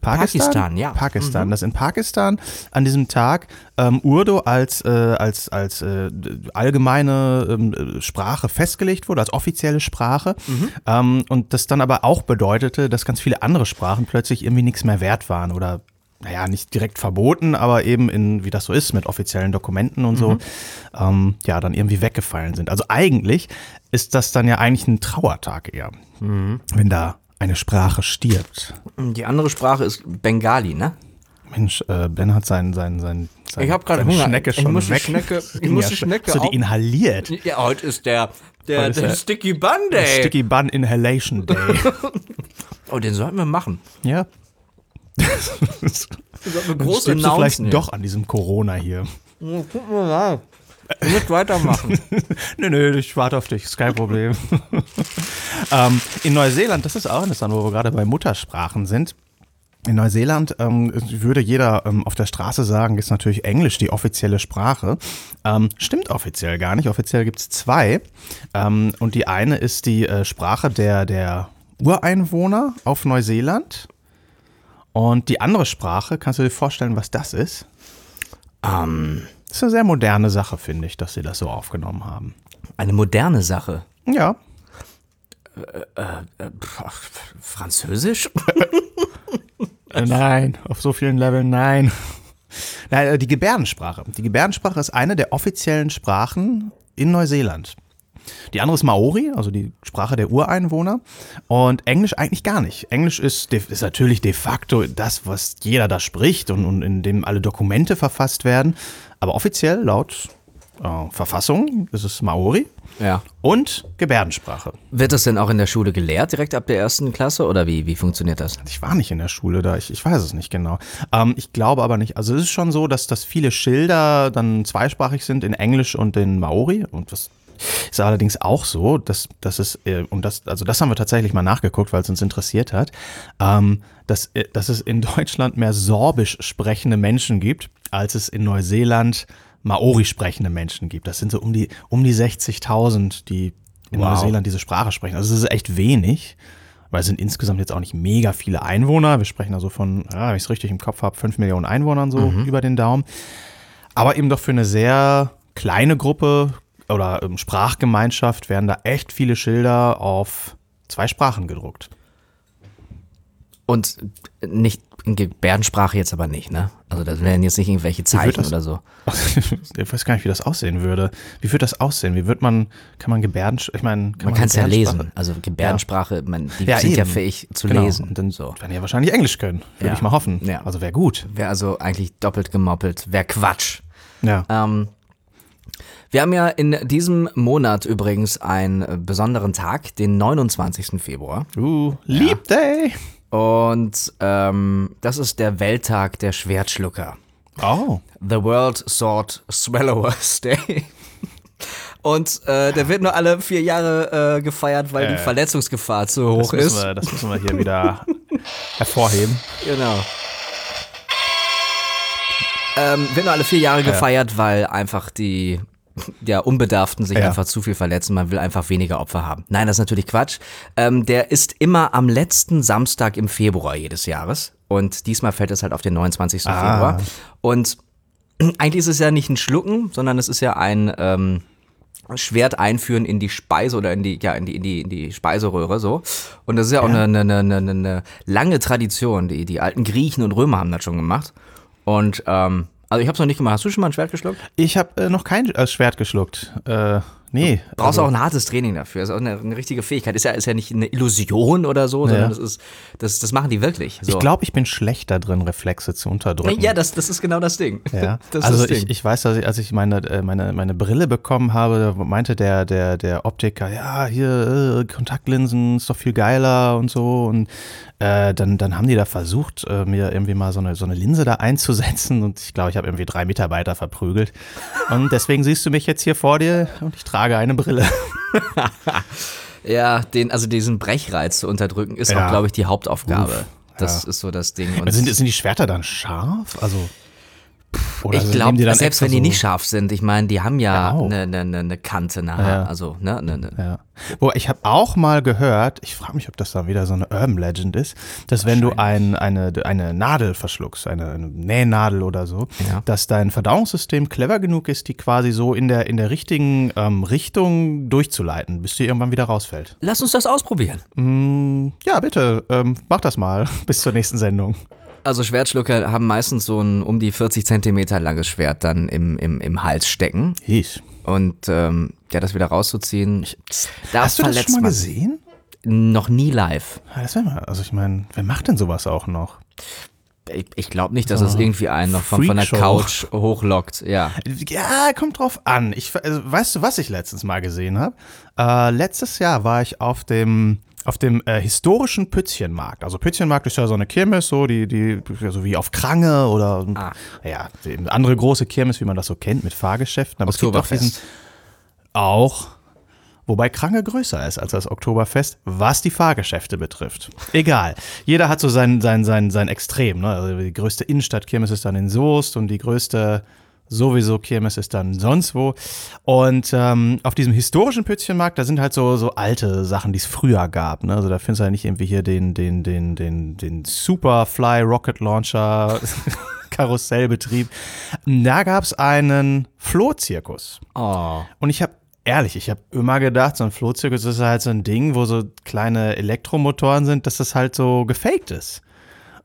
[SPEAKER 2] Pakistan, ja. Mhm.
[SPEAKER 3] Pakistan. Dass in Pakistan an diesem Tag ähm, Urdu als, äh, als, als äh, allgemeine ähm, Sprache festgelegt wurde, als offizielle Sprache.
[SPEAKER 2] Mhm.
[SPEAKER 3] Ähm, und das dann aber auch bedeutete, dass ganz viele andere Sprachen plötzlich irgendwie nichts mehr wert waren oder naja, nicht direkt verboten, aber eben in, wie das so ist, mit offiziellen Dokumenten und so,
[SPEAKER 2] Mhm.
[SPEAKER 3] ähm, ja, dann irgendwie weggefallen sind. Also eigentlich ist das dann ja eigentlich ein Trauertag eher,
[SPEAKER 2] Mhm.
[SPEAKER 3] wenn da eine Sprache stirbt.
[SPEAKER 2] Hm, Die andere Sprache ist Bengali, ne?
[SPEAKER 3] Mensch, äh, Ben hat seinen, seinen, seinen, seinen
[SPEAKER 2] Ich hab gerade
[SPEAKER 3] seine
[SPEAKER 2] Hunger.
[SPEAKER 3] Schnecke
[SPEAKER 2] Ich
[SPEAKER 3] schon
[SPEAKER 2] muss die
[SPEAKER 3] weg.
[SPEAKER 2] Schnecke- ich
[SPEAKER 3] Ging
[SPEAKER 2] muss
[SPEAKER 3] ja
[SPEAKER 2] die
[SPEAKER 3] schnell.
[SPEAKER 2] Schnecke
[SPEAKER 3] Hast du
[SPEAKER 2] auf-
[SPEAKER 3] die inhaliert?
[SPEAKER 2] Ja, heute ist der, der,
[SPEAKER 3] Heute ist
[SPEAKER 2] der
[SPEAKER 3] der-
[SPEAKER 2] Sticky Bun Day.
[SPEAKER 3] Sticky Bun Inhalation Day.
[SPEAKER 2] oh, den sollten wir machen.
[SPEAKER 3] ja.
[SPEAKER 2] Den sollten wir
[SPEAKER 3] Große
[SPEAKER 2] groß
[SPEAKER 3] Stirbst du vielleicht
[SPEAKER 2] announcen.
[SPEAKER 3] doch an diesem Corona hier.
[SPEAKER 2] Ja, Guck mal mal. Ich muss weitermachen.
[SPEAKER 3] Nö, nö, ich warte auf dich, ist kein Problem. ähm, in Neuseeland, das ist auch interessant, wo wir gerade bei Muttersprachen sind. In Neuseeland ähm, würde jeder ähm, auf der Straße sagen, ist natürlich Englisch die offizielle Sprache. Ähm, stimmt offiziell gar nicht. Offiziell gibt es zwei. Ähm, und die eine ist die äh, Sprache der, der Ureinwohner auf Neuseeland. Und die andere Sprache, kannst du dir vorstellen, was das ist? Das ist eine sehr moderne Sache, finde ich, dass sie das so aufgenommen haben.
[SPEAKER 2] Eine moderne Sache.
[SPEAKER 3] Ja,
[SPEAKER 2] Ach, Französisch?
[SPEAKER 3] Äh, Nein, auf so vielen Leveln, nein. Nein, äh, die Gebärdensprache. Die Gebärdensprache ist eine der offiziellen Sprachen in Neuseeland. Die andere ist Maori, also die Sprache der Ureinwohner. Und Englisch eigentlich gar nicht. Englisch ist, de- ist natürlich de facto das, was jeder da spricht und, und in dem alle Dokumente verfasst werden. Aber offiziell laut äh, Verfassung ist es Maori
[SPEAKER 2] Ja.
[SPEAKER 3] und Gebärdensprache.
[SPEAKER 2] Wird das denn auch in der Schule gelehrt, direkt ab der ersten Klasse? Oder wie, wie funktioniert das?
[SPEAKER 3] Ich war nicht in der Schule da, ich, ich weiß es nicht genau. Ähm, ich glaube aber nicht. Also es ist schon so, dass, dass viele Schilder dann zweisprachig sind in Englisch und in Maori. Und das ist allerdings auch so, dass, dass es, äh, und das, also das haben wir tatsächlich mal nachgeguckt, weil es uns interessiert hat, ähm, dass, äh, dass es in Deutschland mehr sorbisch sprechende Menschen gibt, als es in Neuseeland Maori sprechende Menschen gibt. Das sind so um die, um die 60.000, die in
[SPEAKER 2] Wow.
[SPEAKER 3] Neuseeland diese Sprache sprechen. Also es ist echt wenig. Weil es sind insgesamt jetzt auch nicht mega viele Einwohner. Wir sprechen also von, ja, wenn ich es richtig im Kopf habe, 5 Millionen Einwohnern so über den Daumen. Aber eben doch für eine sehr kleine Gruppe oder ähm, Sprachgemeinschaft werden da echt viele Schilder auf zwei Sprachen gedruckt.
[SPEAKER 2] Und nicht in Gebärdensprache jetzt aber nicht, ne? Also das wären jetzt nicht irgendwelche Zeichen
[SPEAKER 3] das-
[SPEAKER 2] oder so.
[SPEAKER 3] ich weiß gar nicht, wie das aussehen würde. Wie würde das aussehen? Wie wird man, kann man Gebärden, ich meine, kann
[SPEAKER 2] Man kann es ja
[SPEAKER 3] Gebärdensprache-
[SPEAKER 2] lesen. Also Gebärdensprache, man, die
[SPEAKER 3] Ja,
[SPEAKER 2] sind ja
[SPEAKER 3] eben.
[SPEAKER 2] fähig zu
[SPEAKER 3] Genau.
[SPEAKER 2] lesen.
[SPEAKER 3] Und dann
[SPEAKER 2] so.
[SPEAKER 3] werden die ja wahrscheinlich Englisch können, würde
[SPEAKER 2] Ja.
[SPEAKER 3] ich mal hoffen.
[SPEAKER 2] Ja.
[SPEAKER 3] Also wäre gut.
[SPEAKER 2] Wäre also eigentlich doppelt gemoppelt, wäre Quatsch.
[SPEAKER 3] Ja.
[SPEAKER 2] Ähm, wir haben ja in diesem Monat übrigens einen äh, besonderen Tag, den 29. Februar.
[SPEAKER 3] Uh, Leap Day!
[SPEAKER 2] Und ähm, das ist der Welttag der Schwertschlucker.
[SPEAKER 3] Oh.
[SPEAKER 2] The World Sword Swallowers Day. Und äh, der wird nur alle vier Jahre äh, gefeiert, weil die
[SPEAKER 3] Äh,
[SPEAKER 2] Verletzungsgefahr zu hoch
[SPEAKER 3] das müssen
[SPEAKER 2] ist.
[SPEAKER 3] Wir, das müssen wir hier wieder hervorheben.
[SPEAKER 2] Genau. Ähm, wird nur alle vier Jahre gefeiert, weil einfach die ja, Unbedarften sich
[SPEAKER 3] Ja.
[SPEAKER 2] einfach zu viel verletzen. Man will einfach weniger Opfer haben. Nein, das ist natürlich Quatsch. Ähm, der ist immer am letzten Samstag im Februar jedes Jahres. Und diesmal fällt es halt auf den 29. Februar. Und eigentlich ist es ja nicht ein Schlucken, sondern es ist ja ein ähm, Schwert einführen in die Speise oder in die, ja, in die, in die, in die Speiseröhre so. Und das ist ja auch eine, eine, eine, eine, eine lange Tradition. Die, die alten Griechen und Römer haben das schon gemacht. Und ähm, also ich habe es noch nicht gemacht. Hast du schon mal ein Schwert geschluckt?
[SPEAKER 3] Ich habe äh, noch kein äh, Schwert geschluckt. Äh, nee.
[SPEAKER 2] Brauchst
[SPEAKER 3] also,
[SPEAKER 2] auch ein hartes Training dafür. Ist auch eine, eine richtige Fähigkeit. Ist ja, ist ja nicht eine Illusion oder so, sondern das ist, das, das machen die wirklich. So.
[SPEAKER 3] Ich glaube, ich bin schlecht da drin, Reflexe zu unterdrücken.
[SPEAKER 2] ja, das, das ist genau das Ding.
[SPEAKER 3] Ja.
[SPEAKER 2] Das
[SPEAKER 3] also
[SPEAKER 2] ist das Ding.
[SPEAKER 3] ich, ich weiß, dass ich, als ich meine, äh, meine, meine Brille bekommen habe, da meinte der, der, der Optiker, ja, hier äh, Kontaktlinsen ist doch viel geiler und so. Und äh, dann, dann haben die da versucht, äh, mir irgendwie mal so eine, so eine Linse da einzusetzen. Und ich glaube, ich habe irgendwie drei Mitarbeiter verprügelt. Und deswegen siehst du mich jetzt hier vor dir und ich trage eine Brille.
[SPEAKER 2] Ja, den, also diesen Brechreiz zu unterdrücken, ist
[SPEAKER 3] Ja.
[SPEAKER 2] auch, glaube ich, die Hauptaufgabe.
[SPEAKER 3] Uff, Also
[SPEAKER 2] Das ist so das Ding. Und
[SPEAKER 3] Sind, sind die Schwerter dann scharf? Also. oder
[SPEAKER 2] ich
[SPEAKER 3] Also, nehmen
[SPEAKER 2] glaube,
[SPEAKER 3] die dann
[SPEAKER 2] selbst
[SPEAKER 3] extra
[SPEAKER 2] wenn die
[SPEAKER 3] so-
[SPEAKER 2] nicht scharf sind, ich meine, die haben ja
[SPEAKER 3] Genau.
[SPEAKER 2] eine ne, ne, ne Kante nachher. Also, ne, ne, ne.
[SPEAKER 3] Ja. Wo ich habe auch mal gehört, ich frage mich, ob das dann wieder so eine Urban Legend ist, dass wenn du ein, eine, eine Nadel verschluckst, eine, eine Nähnadel oder so,
[SPEAKER 2] Ja.
[SPEAKER 3] dass dein Verdauungssystem clever genug ist, die quasi so in der, in der richtigen ähm, Richtung durchzuleiten, bis die irgendwann wieder rausfällt.
[SPEAKER 2] Lass uns das ausprobieren.
[SPEAKER 3] Ja, bitte, ähm, mach das mal bis zur nächsten Sendung.
[SPEAKER 2] Also Schwertschlucker haben meistens so ein um die 40 Zentimeter langes Schwert dann im, im, im Hals stecken.
[SPEAKER 3] Ich.
[SPEAKER 2] Und ähm, ja, das wieder rauszuziehen, da
[SPEAKER 3] Hast du das
[SPEAKER 2] verletzt
[SPEAKER 3] schon mal
[SPEAKER 2] man
[SPEAKER 3] gesehen?
[SPEAKER 2] noch nie live.
[SPEAKER 3] Ja, Das wär mal, also ich meine, wer macht denn sowas auch noch?
[SPEAKER 2] ich, ich glaube nicht, dass das irgendwie einen noch von, von der
[SPEAKER 3] Ah. Freakshow.
[SPEAKER 2] Couch hochlockt. Ja.
[SPEAKER 3] Ja, kommt drauf an. Ich, also, weißt du, was ich letztens mal gesehen habe? Äh, letztes Jahr war ich auf dem auf dem äh, historischen Pützchenmarkt. Also Pützchenmarkt ist ja so eine Kirmes, so die die so wie auf Krange oder ja die andere große Kirmes, wie man das so kennt, mit Fahrgeschäften. Aber es gibt auch diesen
[SPEAKER 2] Oktoberfest.
[SPEAKER 3] auch Wobei Krange größer ist als das Oktoberfest, was die Fahrgeschäfte betrifft. Egal. Jeder hat so sein, sein, sein, sein Extrem. Ne? Also die größte Innenstadtkirmes ist dann in Soest und die größte sowieso Kirmes ist dann sonst wo. Und ähm, auf diesem historischen Pützchenmarkt, da sind halt so, so alte Sachen, die es früher gab. Ne? Also da findest du halt nicht irgendwie hier den, den, den, den, den Superfly Rocket Launcher Karussellbetrieb. Da gab es einen Flohzirkus.
[SPEAKER 2] Oh.
[SPEAKER 3] Und ich habe ehrlich, ich habe immer gedacht, so ein Flohzirkus ist halt so ein Ding, wo so kleine Elektromotoren sind, dass das halt so gefaked ist.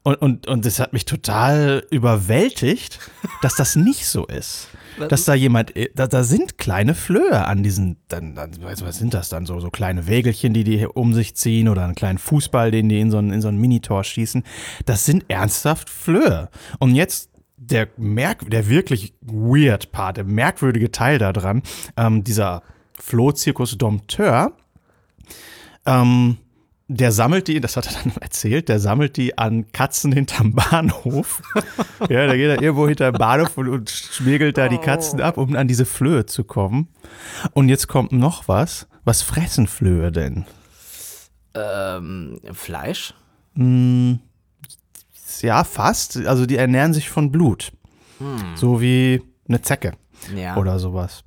[SPEAKER 3] Und, und, und das hat mich total überwältigt, dass das nicht so ist. Dass da jemand, äh, da, da sind kleine Flöhe an diesen, dann, dann, weiß- was sind das dann so, so kleine Wägelchen, die die um sich ziehen oder einen kleinen Fußball, den die in so ein, in so ein Minitor schießen. Das sind ernsthaft Flöhe. Und jetzt der, merk der wirklich weird Part, der merkwürdige Teil daran, ähm, dieser Flohzirkus Dompteur, ähm, der sammelt die, das hat er dann erzählt, der sammelt die an Katzen hinterm Bahnhof. ja, da geht er irgendwo hinterm Bahnhof und, und schmiegelt da die Katzen ab, um an diese Flöhe zu kommen. Und jetzt kommt noch was. Was fressen Flöhe denn?
[SPEAKER 2] Ähm, Fleisch?
[SPEAKER 3] Ja, fast. Also die ernähren sich von Blut. So wie eine Zecke.
[SPEAKER 2] Ja.
[SPEAKER 3] oder sowas.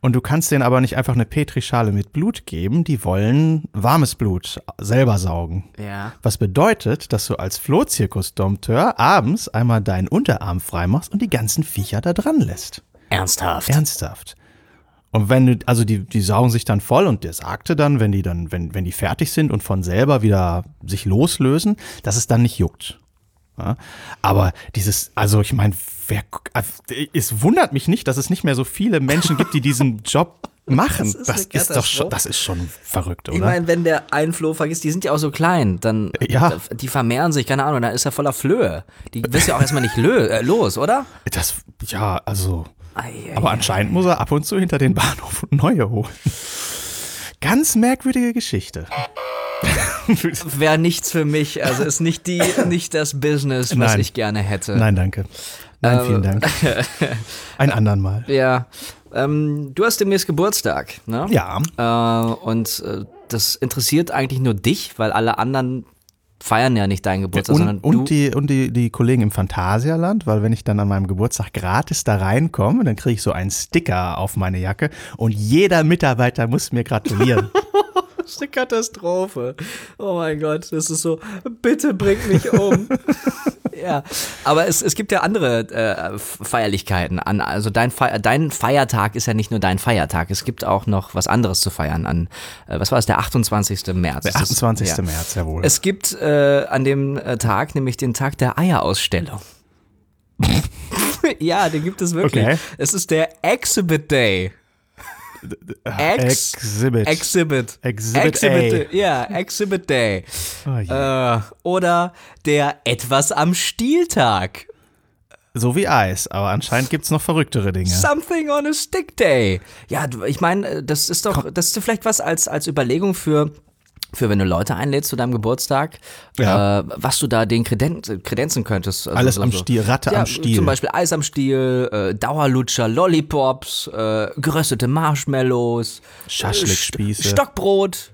[SPEAKER 3] Und du kannst denen aber nicht einfach eine Petrischale mit Blut geben, die wollen warmes Blut selber saugen.
[SPEAKER 2] Ja.
[SPEAKER 3] Was bedeutet, dass du als Flohzirkusdompteur abends einmal deinen Unterarm freimachst und die ganzen Viecher da dran lässt.
[SPEAKER 2] Ernsthaft.
[SPEAKER 3] Ernsthaft. Und wenn du, also die, die saugen sich dann voll und der sagte dann, wenn die dann, wenn, wenn die fertig sind und von selber wieder sich loslösen, dass es dann nicht juckt. Ja? Aber dieses, also ich meine, wer, also, es wundert mich nicht, dass es nicht mehr so viele Menschen gibt, die diesen Job machen.
[SPEAKER 2] ist
[SPEAKER 3] Das
[SPEAKER 2] eine
[SPEAKER 3] ist, doch
[SPEAKER 2] Katastrophe.
[SPEAKER 3] schon, das ist schon verrückt, oder?
[SPEAKER 2] Ich meine, wenn der einen Floh vergisst, die sind ja auch so klein, dann
[SPEAKER 3] Äh, Ja.
[SPEAKER 2] die vermehren sich, keine Ahnung, dann ist er voller Flöhe. Die wirst ja auch erstmal nicht lö äh, los, oder?
[SPEAKER 3] das, ja, also.
[SPEAKER 2] Ei, ei,
[SPEAKER 3] Aber anscheinend muss er ab und zu hinter den Bahnhof neue holen. Ganz merkwürdige Geschichte.
[SPEAKER 2] Äh. Wäre nichts für mich. Also ist nicht die, nicht das Business, was
[SPEAKER 3] Nein.
[SPEAKER 2] ich gerne hätte.
[SPEAKER 3] Nein, danke. Nein, vielen
[SPEAKER 2] Ähm.
[SPEAKER 3] Dank. Ein andern Mal.
[SPEAKER 2] Ja. Ähm, du hast demnächst Geburtstag, ne?
[SPEAKER 3] Ja.
[SPEAKER 2] Äh, und äh, das interessiert eigentlich nur dich, weil alle anderen feiern ja nicht deinen Geburtstag, sondern
[SPEAKER 3] Und,
[SPEAKER 2] du.
[SPEAKER 3] und, die, und die, die Kollegen im Phantasialand, weil wenn ich dann an meinem Geburtstag gratis da reinkomme, dann kriege ich so einen Sticker auf meine Jacke und jeder Mitarbeiter muss mir gratulieren.
[SPEAKER 2] Das ist eine Katastrophe. Oh mein Gott, das ist so, bitte bring mich um. ja, aber es, es gibt ja andere äh, F- Feierlichkeiten. An, also dein, Fe dein Feiertag ist ja nicht nur dein Feiertag. Es gibt auch noch was anderes zu feiern an, äh, was war es, der 28. März.
[SPEAKER 3] Der 28. März, jawohl.
[SPEAKER 2] Es gibt äh, an dem äh, Tag nämlich den Tag der Eierausstellung. ja, den gibt es wirklich.
[SPEAKER 3] Okay. Äh,
[SPEAKER 2] Es ist der Exhibit Day. Ex
[SPEAKER 3] Exhibit.
[SPEAKER 2] Exhibit.
[SPEAKER 3] Exhibit
[SPEAKER 2] Day. Ja, Exhibit Day.
[SPEAKER 3] Oh je.
[SPEAKER 2] Äh, oder der etwas am Stieltag.
[SPEAKER 3] so wie Eis, aber anscheinend gibt es noch verrücktere Dinge.
[SPEAKER 2] Something on a Stick Day. Ja, du- ich meine, äh, das ist doch, das ist vielleicht was als, als Überlegung für, für wenn du Leute einlädst zu deinem Geburtstag,
[SPEAKER 3] Ja.
[SPEAKER 2] äh, was du da den Kreden kredenzen könntest. Also
[SPEAKER 3] Alles
[SPEAKER 2] so-
[SPEAKER 3] am
[SPEAKER 2] so-
[SPEAKER 3] Stiel, Ratte
[SPEAKER 2] ja,
[SPEAKER 3] am Stiel.
[SPEAKER 2] Zum Beispiel Eis am Stiel, äh, Dauerlutscher, Lollipops, äh, geröstete Marshmallows,
[SPEAKER 3] Schaschlikspieße.
[SPEAKER 2] St Stockbrot,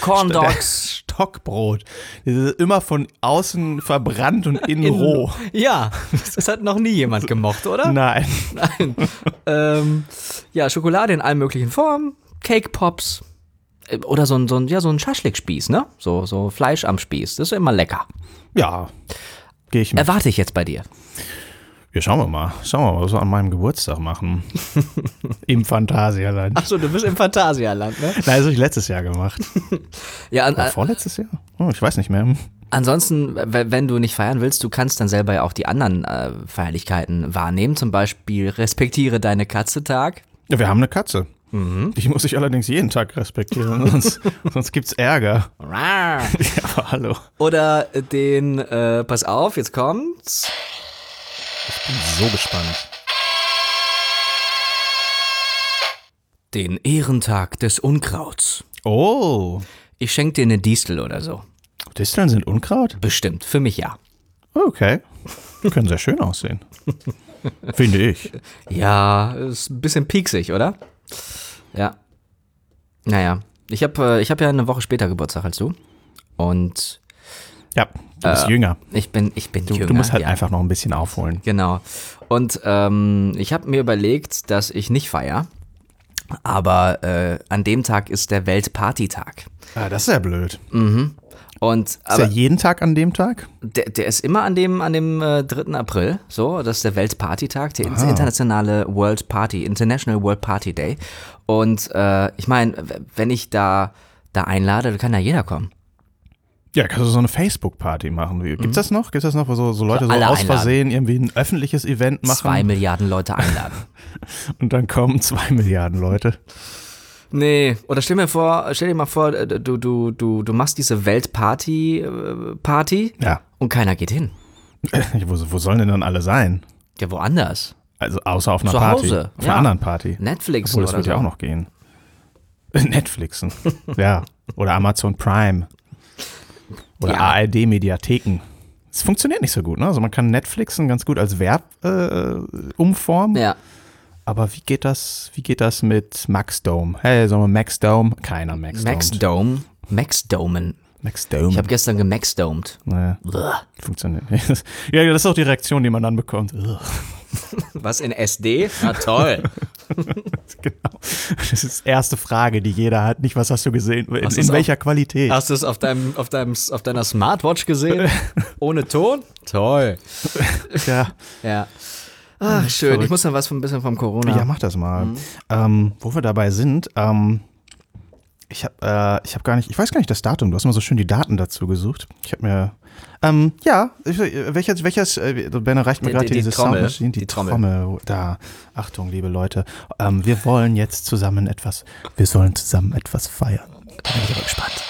[SPEAKER 2] Corn Dogs.
[SPEAKER 3] Stockbrot. Das ist immer von außen verbrannt und innen roh.
[SPEAKER 2] Ja, das hat noch nie jemand gemocht, oder?
[SPEAKER 3] Nein.
[SPEAKER 2] Nein. ähm, ja, Schokolade in allen möglichen Formen, Cake Pops äh, oder so ein, so ein, ja, so ein Schaschlikspieß, ne? So, so Fleisch am Spieß. Das ist immer lecker.
[SPEAKER 3] Ja. Gehe ich mit.
[SPEAKER 2] Erwarte ich jetzt bei dir.
[SPEAKER 3] Ja, schauen wir mal. Schauen wir mal, was wir an meinem Geburtstag machen. Im Phantasialand.
[SPEAKER 2] Achso, du bist im Phantasialand, ne?
[SPEAKER 3] Nein, das habe ich letztes Jahr gemacht.
[SPEAKER 2] Ja, an,
[SPEAKER 3] Oder
[SPEAKER 2] an,
[SPEAKER 3] vorletztes Jahr? Oh, ich weiß nicht mehr.
[SPEAKER 2] ansonsten, w- wenn du nicht feiern willst, du kannst dann selber ja auch die anderen äh, Feierlichkeiten wahrnehmen. Zum Beispiel respektiere deine Katze Tag.
[SPEAKER 3] Ja, wir haben eine Katze. Die muss ich allerdings jeden Tag respektieren, sonst, sonst gibt's Ärger. Ja, aber hallo.
[SPEAKER 2] Oder den, äh, pass auf, jetzt kommt's.
[SPEAKER 3] Bin so gespannt.
[SPEAKER 2] Den Ehrentag des Unkrauts.
[SPEAKER 3] Oh,
[SPEAKER 2] Ich schenk dir eine Distel oder so.
[SPEAKER 3] Disteln sind Unkraut?
[SPEAKER 2] Bestimmt, für mich ja.
[SPEAKER 3] Okay. Die können sehr schön aussehen. Finde ich.
[SPEAKER 2] Ja, ist ein bisschen pieksig, oder? Ja. Naja, ich habe äh, ich hab ja eine Woche später Geburtstag als du. Und
[SPEAKER 3] Ja, du bist jünger.
[SPEAKER 2] ich bin, ich bin jünger.
[SPEAKER 3] Du musst halt
[SPEAKER 2] ja.
[SPEAKER 3] einfach noch ein bisschen aufholen.
[SPEAKER 2] Genau. Und ähm, ich habe mir überlegt, dass ich nicht feier. Aber äh, an dem Tag ist der Weltpartytag.
[SPEAKER 3] Ah, das ist ja blöd.
[SPEAKER 2] Und
[SPEAKER 3] Ist ja
[SPEAKER 2] aber
[SPEAKER 3] jeden Tag an dem Tag?
[SPEAKER 2] der, der ist immer an dem, an dem äh, 3. April, so, das ist der Weltpartytag, der in- internationale World Party, International World Party Day. Und äh, ich meine, w- wenn ich da, da einlade, dann kann da jeder kommen.
[SPEAKER 3] Ja, kannst du so eine Facebook-Party machen. Wie- Gibt's das noch? Gibt's das noch, wo so, so Leute so
[SPEAKER 2] Mhm. alle
[SPEAKER 3] aus
[SPEAKER 2] einladen.
[SPEAKER 3] Versehen irgendwie ein öffentliches Event machen
[SPEAKER 2] Zwei Milliarden Leute einladen.
[SPEAKER 3] und dann kommen zwei Milliarden Leute?
[SPEAKER 2] Nee, oder stell mir vor, stell dir mal vor, äh, du, du, du, du machst diese Weltparty äh, Party
[SPEAKER 3] Ja.
[SPEAKER 2] und keiner geht hin.
[SPEAKER 3] Wo, wo sollen denn dann alle sein?
[SPEAKER 2] Ja, woanders.
[SPEAKER 3] Also außer auf einer
[SPEAKER 2] Zu
[SPEAKER 3] Party.
[SPEAKER 2] Hause,
[SPEAKER 3] Auf
[SPEAKER 2] ja.
[SPEAKER 3] einer anderen Party.
[SPEAKER 2] Netflix
[SPEAKER 3] Obwohl, das
[SPEAKER 2] oder
[SPEAKER 3] wird
[SPEAKER 2] so.
[SPEAKER 3] ja auch noch gehen. Netflixen. ja. Oder Amazon Prime. Oder
[SPEAKER 2] Ja.
[SPEAKER 3] ARD-Mediatheken. Es funktioniert nicht so gut, ne? Also man kann Netflixen ganz gut als Verb äh, umformen.
[SPEAKER 2] Ja.
[SPEAKER 3] Aber wie geht das, wie geht das mit Max Dome? Hey, sagen wir Max Dome? Keiner Max,
[SPEAKER 2] Max
[SPEAKER 3] Domed. Mhm.
[SPEAKER 2] Dome. Max Domen.
[SPEAKER 3] Max Dome.
[SPEAKER 2] Ich habe gestern gemaxdomed.
[SPEAKER 3] naja, funktioniert nicht. ja, das ist auch die Reaktion, die man dann bekommt. Ugh.
[SPEAKER 2] Was in SD? Na toll.
[SPEAKER 3] Genau. Das ist die erste Frage, die jeder hat. Nicht, was hast du gesehen? In,
[SPEAKER 2] Was ist
[SPEAKER 3] in
[SPEAKER 2] auch-
[SPEAKER 3] welcher Qualität?
[SPEAKER 2] Hast du es auf, deinem, auf, deinem, auf deiner Smartwatch gesehen? Ohne Ton? Toll.
[SPEAKER 3] Ja,
[SPEAKER 2] Ja. Ach, schön. Ich muss noch was von, ein bisschen vom Corona. Mhm.
[SPEAKER 3] ja mach das mal. Ähm, wo wir dabei sind, ähm, ich habe äh, ich hab gar nicht, ich weiß gar nicht das Datum, du hast mal so schön die Daten dazu gesucht. Ich habe mir, ähm, ja, ich, welches, welches, äh, Ben reicht mir
[SPEAKER 2] Die-
[SPEAKER 3] gerade
[SPEAKER 2] die-
[SPEAKER 3] hier diese
[SPEAKER 2] die Trommel.
[SPEAKER 3] Soundmaschine, die,
[SPEAKER 2] Die Trommel.
[SPEAKER 3] Trommel. da. Achtung, liebe Leute, ähm, wir wollen jetzt zusammen etwas, wir sollen zusammen etwas feiern. Da bin ich aber gespannt.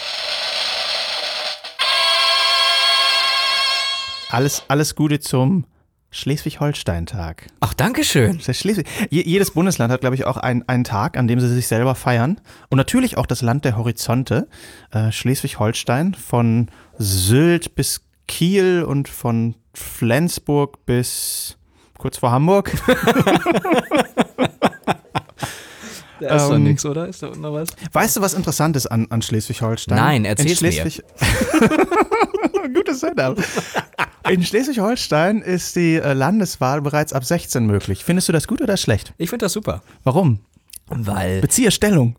[SPEAKER 3] Alles, alles Gute zum Schleswig-Holstein-Tag.
[SPEAKER 2] Ach, danke schön.
[SPEAKER 3] Das ist Schleswig. Je, jedes Bundesland hat, glaube ich, auch ein, einen Tag, an dem sie sich selber feiern. Und natürlich auch das Land der Horizonte. Äh, Schleswig-Holstein von Sylt bis Kiel und von Flensburg bis kurz vor Hamburg.
[SPEAKER 2] Da ist
[SPEAKER 3] doch Ähm, nix,
[SPEAKER 2] oder? Ist da unten noch was?
[SPEAKER 3] Weißt du, was interessant ist an, an Schleswig-Holstein?
[SPEAKER 2] Nein, erzähl's
[SPEAKER 3] In Schleswig Gutes Setup. In Schleswig-Holstein ist die äh, Landeswahl bereits ab 16 möglich. Findest du das gut oder schlecht?
[SPEAKER 2] Ich finde das super.
[SPEAKER 3] Warum?
[SPEAKER 2] Weil,
[SPEAKER 3] Beziehe Stellung.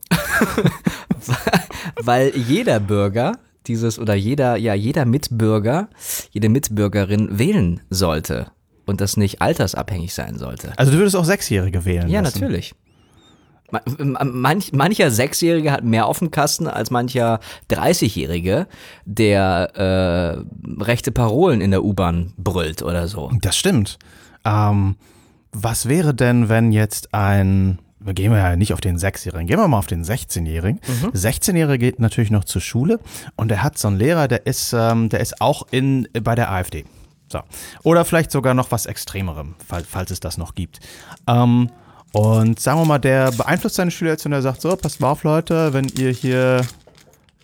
[SPEAKER 2] weil jeder Bürger dieses oder jeder, ja, jeder Mitbürger, jede Mitbürgerin wählen sollte und das nicht altersabhängig sein sollte.
[SPEAKER 3] Also du würdest auch Sechsjährige wählen
[SPEAKER 2] Ja,
[SPEAKER 3] lassen.
[SPEAKER 2] natürlich. Ma- ma- Manch, mancher Sechsjährige hat mehr auf dem Kasten als mancher 30-Jährige, der äh, rechte Parolen in der U-Bahn brüllt oder so.
[SPEAKER 3] Das stimmt. Ähm, was wäre denn, wenn jetzt ein, wir gehen wir ja nicht auf den Sechsjährigen, gehen wir mal auf den 16-Jährigen. 16-Jährige geht natürlich noch zur Schule und er hat so einen Lehrer, der ist, ähm, der ist auch in, bei der AfD. So. Oder vielleicht sogar noch was Extremerem, falls, falls es das noch gibt. Ähm, und sagen wir mal, der beeinflusst seine Schüler jetzt und er sagt so, passt mal auf Leute, wenn ihr hier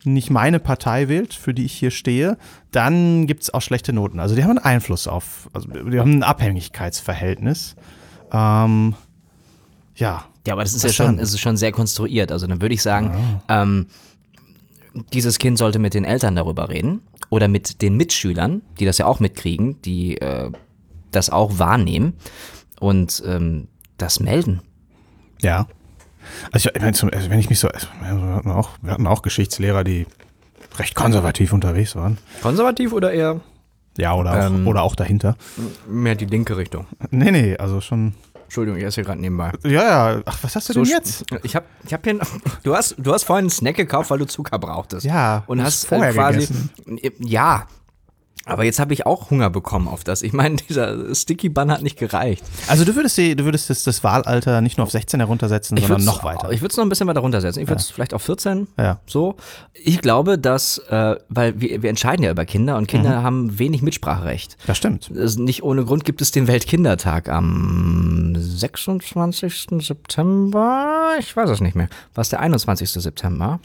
[SPEAKER 3] nicht meine Partei wählt, für die ich hier stehe, dann gibt es auch schlechte Noten. Also die haben einen Einfluss auf, also die haben ein Abhängigkeitsverhältnis. Ähm, ja.
[SPEAKER 2] Ja, aber das ist ja schon, es ist schon sehr konstruiert. Also dann würde ich sagen, ähm, dieses Kind sollte mit den Eltern darüber reden oder mit den Mitschülern, die das ja auch mitkriegen, die äh, das auch wahrnehmen und ähm, das melden.
[SPEAKER 3] Ja. Also, ich, ich meine, zum- also wenn ich mich so, also wir hatten, auch, wir hatten auch Geschichtslehrer, die recht konservativ unterwegs waren. Ähm.
[SPEAKER 2] Konservativ oder eher
[SPEAKER 3] Ja, oder auch, oder auch dahinter.
[SPEAKER 2] mehr die linke Richtung?
[SPEAKER 3] Nee, nee, also schon.
[SPEAKER 2] Entschuldigung, ich esse hier gerade nebenbei.
[SPEAKER 3] Ja, ja, ach, was hast du denn jetzt?
[SPEAKER 2] Ich hab, ich hab hier, du hast, du hast vorhin einen Snack gekauft, weil du Zucker brauchtest.
[SPEAKER 3] Ja,
[SPEAKER 2] Und
[SPEAKER 3] ich
[SPEAKER 2] hast
[SPEAKER 3] vorher
[SPEAKER 2] äh, quasi,
[SPEAKER 3] gegessen.
[SPEAKER 2] ja, Aber jetzt habe ich auch Hunger bekommen auf das. Ich meine, dieser Sticky Bun hat nicht gereicht.
[SPEAKER 3] Also du würdest, die, du würdest das, das Wahlalter nicht nur auf 16 heruntersetzen, sondern
[SPEAKER 2] würd's-
[SPEAKER 3] noch weiter.
[SPEAKER 2] Ich würde es noch ein bisschen weiter runtersetzen. Ich würde es vielleicht auf 14.
[SPEAKER 3] Ja.
[SPEAKER 2] So. Ich glaube, dass, äh, weil wir, wir entscheiden ja über Kinder und
[SPEAKER 3] Mhm.
[SPEAKER 2] Kinder haben wenig Mitspracherecht.
[SPEAKER 3] das stimmt.
[SPEAKER 2] Es- Also Nicht ohne Grund gibt es den Weltkindertag am 26. September. Ich weiß es nicht mehr. War es der 21. September?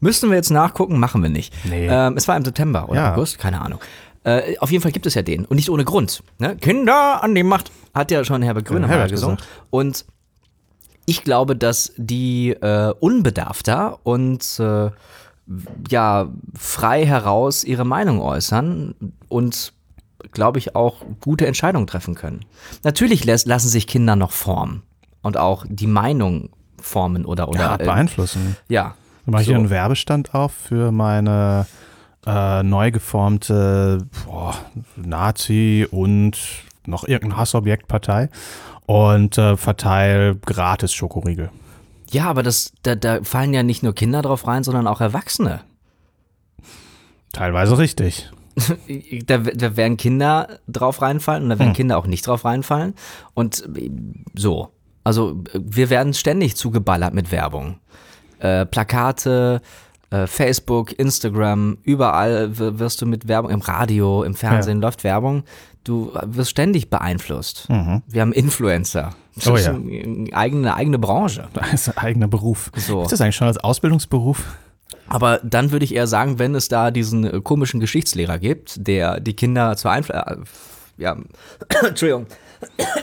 [SPEAKER 2] Müssen wir jetzt nachgucken, machen wir nicht.
[SPEAKER 3] Nee.
[SPEAKER 2] Ähm, es war im September oder
[SPEAKER 3] Ja.
[SPEAKER 2] August, keine Ahnung. Äh, auf jeden Fall gibt es ja den und nicht ohne Grund. Ne? Kinder an die Macht hat ja schon Herbert Grönemeyer
[SPEAKER 3] Herbert
[SPEAKER 2] gesungen. Und ich glaube, dass die äh, unbedarfter und äh, ja frei heraus ihre Meinung äußern und glaube ich auch gute Entscheidungen treffen können. Natürlich lässt, lassen sich Kinder noch formen und auch die Meinung formen oder oder
[SPEAKER 3] Ja,
[SPEAKER 2] äh,
[SPEAKER 3] beeinflussen.
[SPEAKER 2] ja.
[SPEAKER 3] Dann mache ich
[SPEAKER 2] So.
[SPEAKER 3] einen Werbestand auf für meine äh, neu geformte boah, Nazi und noch irgendein Hassobjektpartei und äh, verteile gratis Schokoriegel.
[SPEAKER 2] Ja, aber das, da, da fallen ja nicht nur Kinder drauf rein, sondern auch Erwachsene.
[SPEAKER 3] Teilweise richtig.
[SPEAKER 2] Da, da werden Kinder drauf reinfallen und da werden
[SPEAKER 3] Hm.
[SPEAKER 2] Kinder auch nicht drauf reinfallen. Und äh, so. Also äh, wir werden ständig zugeballert mit Werbung. Äh, Plakate, äh, Facebook, Instagram, überall w- wirst du mit Werbung, im Radio, im Fernsehen läuft Werbung. Du wirst ständig beeinflusst. Wir haben Influencer. Das
[SPEAKER 3] Mhm. Oh
[SPEAKER 2] ist
[SPEAKER 3] ja.
[SPEAKER 2] eine eigene, eigene Branche.
[SPEAKER 3] Das ist ein eigener Beruf.
[SPEAKER 2] So.
[SPEAKER 3] Ist das eigentlich schon als Ausbildungsberuf?
[SPEAKER 2] Aber dann würde ich eher sagen, wenn es da diesen äh, komischen Geschichtslehrer gibt, der die Kinder zur Einfl äh, ja, Entschuldigung.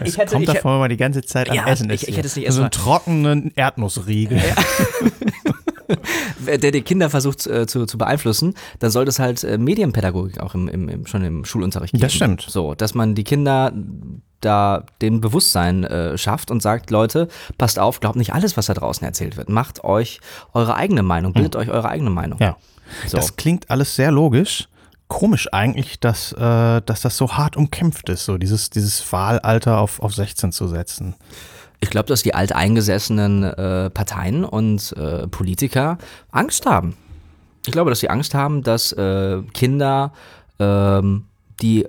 [SPEAKER 2] Ich hätte,
[SPEAKER 3] Kommt
[SPEAKER 2] ich, hätte-
[SPEAKER 3] davon, wenn man die ganze Zeit am
[SPEAKER 2] Ja,
[SPEAKER 3] Essen
[SPEAKER 2] ich-
[SPEAKER 3] ist.
[SPEAKER 2] ich hätte es nicht
[SPEAKER 3] so einen
[SPEAKER 2] erst
[SPEAKER 3] trockenen Erdnussriegel.
[SPEAKER 2] der die Kinder versucht äh, zu, zu beeinflussen, dann sollte es halt äh, Medienpädagogik auch im, im, im, schon im Schulunterricht geben.
[SPEAKER 3] Das stimmt.
[SPEAKER 2] So, dass man die Kinder da den Bewusstsein äh, schafft und sagt, Leute, passt auf, glaubt nicht alles, was da draußen erzählt wird. Macht euch eure eigene Meinung, bildet euch eure eigene Meinung.
[SPEAKER 3] Hm. Ja.
[SPEAKER 2] So.
[SPEAKER 3] Das klingt alles sehr logisch. Komisch eigentlich, dass, äh, dass das so hart umkämpft ist, so dieses, dieses Wahlalter auf, auf 16 zu setzen.
[SPEAKER 2] Ich glaube, dass die alteingesessenen äh, Parteien und äh, Politiker Angst haben. Ich glaube, dass sie Angst haben, dass äh, Kinder ähm, die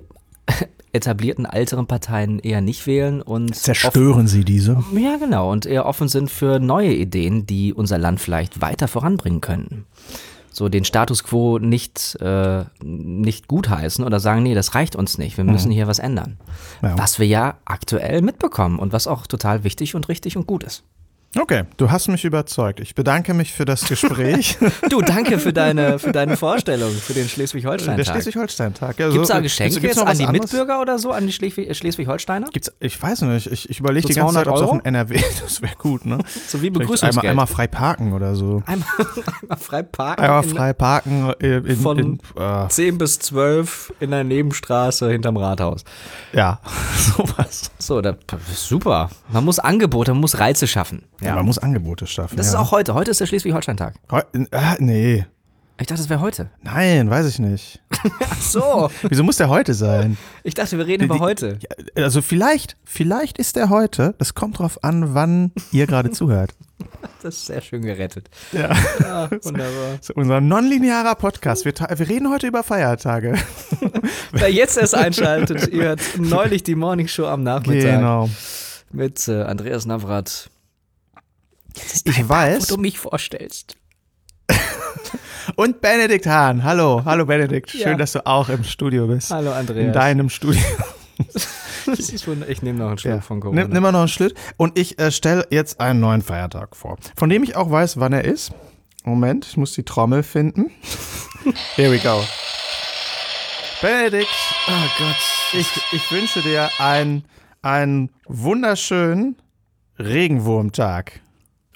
[SPEAKER 2] etablierten älteren Parteien eher nicht wählen und
[SPEAKER 3] Zerstören sie diese.
[SPEAKER 2] offen- ja genau und eher offen sind für neue Ideen, die unser Land vielleicht weiter voranbringen könnten. So den Status quo nicht äh, nicht gutheißen oder sagen, nee, das reicht uns nicht, wir müssen hier was ändern.
[SPEAKER 3] Mhm. Ja.
[SPEAKER 2] Was wir ja aktuell mitbekommen und was auch total wichtig und richtig und gut ist.
[SPEAKER 3] Okay, du hast mich überzeugt. Ich bedanke mich für das Gespräch.
[SPEAKER 2] Du, danke für deine, für deine Vorstellung, für den
[SPEAKER 3] Äh, Der
[SPEAKER 2] Schleswig-Holstein-Tag.
[SPEAKER 3] Schleswig-Holstein-Tag. Ja,
[SPEAKER 2] Gibt es
[SPEAKER 3] so- äh, also
[SPEAKER 2] da Geschenke
[SPEAKER 3] gibt's- gibt's
[SPEAKER 2] jetzt
[SPEAKER 3] noch
[SPEAKER 2] an
[SPEAKER 3] was
[SPEAKER 2] die
[SPEAKER 3] anderes?
[SPEAKER 2] Mitbürger oder so, an die Schleswig Schleswig-Holsteiner?
[SPEAKER 3] Gibt's, ich weiß nicht, ich, ich überlege
[SPEAKER 2] So
[SPEAKER 3] die ganze Zeit,
[SPEAKER 2] 200
[SPEAKER 3] ob es
[SPEAKER 2] Euro?
[SPEAKER 3] auf ein NRW, das wäre gut, ne?
[SPEAKER 2] So wie
[SPEAKER 3] Vielleicht
[SPEAKER 2] Begrüßungsgeld.
[SPEAKER 3] Einmal, einmal frei parken oder so.
[SPEAKER 2] einmal, einmal frei parken.
[SPEAKER 3] Einmal
[SPEAKER 2] in-
[SPEAKER 3] frei parken äh, in,
[SPEAKER 2] Von-
[SPEAKER 3] in äh,
[SPEAKER 2] 10 bis 12 in der Nebenstraße hinterm Rathaus.
[SPEAKER 3] ja, sowas.
[SPEAKER 2] So, da, super. Man muss Angebote, man muss Reize schaffen.
[SPEAKER 3] Ja. Man muss Angebote schaffen.
[SPEAKER 2] Das
[SPEAKER 3] ja.
[SPEAKER 2] ist auch heute. Heute ist der Schleswig-Holstein-Tag.
[SPEAKER 3] Heu- Ah, nee.
[SPEAKER 2] Ich dachte, das wäre heute.
[SPEAKER 3] Nein, weiß ich nicht.
[SPEAKER 2] Ach so.
[SPEAKER 3] Wieso muss der heute sein?
[SPEAKER 2] Ich dachte, wir reden über
[SPEAKER 3] Die-
[SPEAKER 2] heute.
[SPEAKER 3] Ja, also vielleicht, vielleicht ist der heute. Das kommt drauf an, wann ihr gerade zuhört.
[SPEAKER 2] Das ist sehr schön gerettet.
[SPEAKER 3] Ja.
[SPEAKER 2] Ah, wunderbar.
[SPEAKER 3] So, unser nonlinearer Podcast. Wir, ta- wir reden heute über Feiertage.
[SPEAKER 2] Wer jetzt erst einschaltet, ihr hört neulich die Morning Show am Nachmittag.
[SPEAKER 3] Genau.
[SPEAKER 2] mit äh, Andreas Navrat,
[SPEAKER 3] Ich weiß.
[SPEAKER 2] mich vorstellst.
[SPEAKER 3] Und Benedikt Hahn. Hallo, hallo Benedikt. Schön,
[SPEAKER 2] um- Ja.
[SPEAKER 3] dass du auch im Studio bist.
[SPEAKER 2] Hallo Andreas.
[SPEAKER 3] In deinem Studio.
[SPEAKER 2] Das ist wund- ich nehme noch einen Schluck
[SPEAKER 3] Ja.
[SPEAKER 2] von Corona.
[SPEAKER 3] Nimm, nimm mal noch einen Schlitt. Und ich äh, stelle jetzt einen neuen Feiertag vor, von dem ich auch weiß, wann er ist. Moment, ich muss die Trommel finden. Here we go. Benedikt, Ah,
[SPEAKER 2] Oh Gott.
[SPEAKER 3] ich, ich wünsche dir einen, einen wunderschönen Regenwurmtag.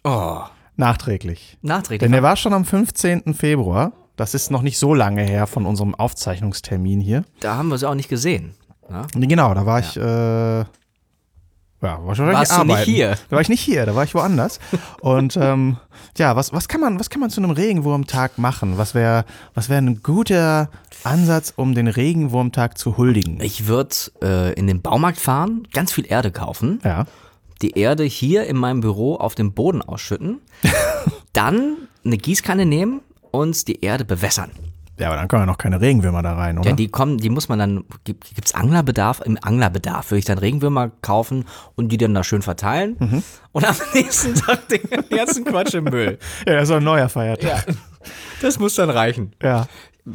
[SPEAKER 2] Oh.
[SPEAKER 3] Nachträglich.
[SPEAKER 2] Nachträglich.
[SPEAKER 3] Denn der war schon am 15. Februar. Das ist noch nicht so lange her von unserem Aufzeichnungstermin hier.
[SPEAKER 2] Da haben wir sie auch nicht gesehen. ne? Na?
[SPEAKER 3] Nee, Genau, da war ich. Äh, ja, wahrscheinlich
[SPEAKER 2] Warst du nicht
[SPEAKER 3] arbeiten.
[SPEAKER 2] hier?
[SPEAKER 3] Da war ich nicht hier, da war ich woanders. Und ähm, ja, was, was, kann man, was kann man zu einem Regenwurmtag machen? Was wäre was wär ein guter Ansatz, um den Regenwurmtag zu huldigen?
[SPEAKER 2] Ich würde äh, in den Baumarkt fahren, ganz viel Erde kaufen,
[SPEAKER 3] ja.
[SPEAKER 2] die Erde hier in meinem Büro auf dem Boden ausschütten, dann eine Gießkanne nehmen und die Erde bewässern.
[SPEAKER 3] Ja, aber dann kommen ja noch keine Regenwürmer da rein, oder?
[SPEAKER 2] Ja, die kommen, die muss man dann, gibt gibt's Anglerbedarf? Im Anglerbedarf würde ich dann Regenwürmer kaufen und die dann da schön verteilen und am nächsten Tag den ganzen Quatsch im Müll.
[SPEAKER 3] ja das ist doch ein neuer Feiertag.
[SPEAKER 2] Das muss dann reichen.
[SPEAKER 3] Ja.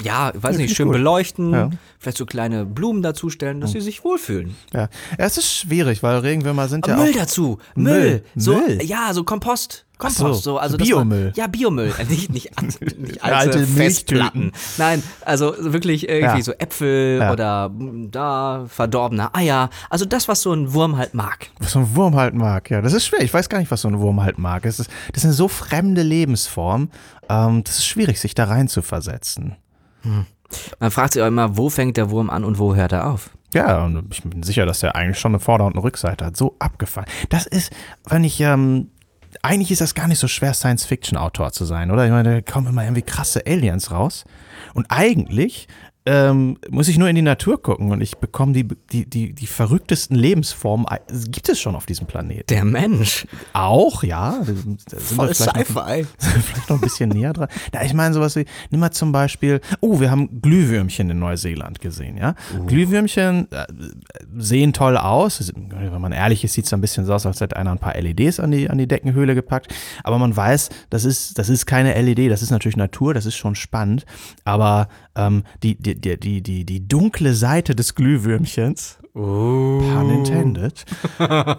[SPEAKER 2] Ja, ich weiß
[SPEAKER 3] find
[SPEAKER 2] nicht,
[SPEAKER 3] ich
[SPEAKER 2] schön
[SPEAKER 3] gut.
[SPEAKER 2] beleuchten,
[SPEAKER 3] Ja.
[SPEAKER 2] vielleicht so kleine Blumen dazustellen, dass sie sich wohlfühlen.
[SPEAKER 3] ja. Es ist schwierig, weil Regenwürmer sind ja
[SPEAKER 2] Müll
[SPEAKER 3] auch.
[SPEAKER 2] dazu, Müll,
[SPEAKER 3] Müll,
[SPEAKER 2] so
[SPEAKER 3] Müll.
[SPEAKER 2] ja, so Kompost. Kompost,
[SPEAKER 3] so,
[SPEAKER 2] so, also
[SPEAKER 3] so
[SPEAKER 2] dass man-
[SPEAKER 3] Biomüll.
[SPEAKER 2] Ja, Biomüll. Äh, Nicht, nicht, an- nicht alte,
[SPEAKER 3] Alte Milchtüten.
[SPEAKER 2] Festplatten. Nein, also wirklich irgendwie
[SPEAKER 3] Ja.
[SPEAKER 2] so Äpfel
[SPEAKER 3] Ja.
[SPEAKER 2] oder mm, da verdorbene Eier. Also das, was so ein Wurm halt mag.
[SPEAKER 3] Was so ein Wurm halt mag, ja. Das ist schwer. Ich weiß gar nicht, was so ein Wurm halt mag. Das ist, das ist eine so fremde Lebensform. Ähm, das ist schwierig, sich da rein zu versetzen.
[SPEAKER 2] Man fragt sich auch immer, wo fängt der Wurm an und wo hört er auf?
[SPEAKER 3] Ja, und ich bin sicher, dass der eigentlich schon eine Vorder- und eine Rückseite hat. So abgefahren. Das ist, wenn ich, ähm, eigentlich ist das gar nicht so schwer, Science-Fiction-Autor zu sein, oder? Ich meine, da kommen immer irgendwie krasse Aliens raus. Und eigentlich ähm, muss ich nur in die Natur gucken und ich bekomme die, die, die, die verrücktesten Lebensformen, äh, gibt es schon auf diesem Planeten.
[SPEAKER 2] Der Mensch.
[SPEAKER 3] Auch, ja. Da sind wir vielleicht noch- vielleicht noch ein bisschen näher dran. Na, ich meine sowas wie, nimm mal zum Beispiel, oh, wir haben Glühwürmchen in Neuseeland gesehen, ja. Glühwürmchen äh, sehen toll aus. Wenn man ehrlich ist, sieht es ein bisschen so aus, als hätte einer ein paar LEDs an die, an die Deckenhöhle gepackt. Aber man weiß, das ist, das ist keine LED, das ist natürlich Natur, das ist schon spannend. Aber ähm, die, die, die, die, die, die dunkle Seite des Glühwürmchens, pun intended,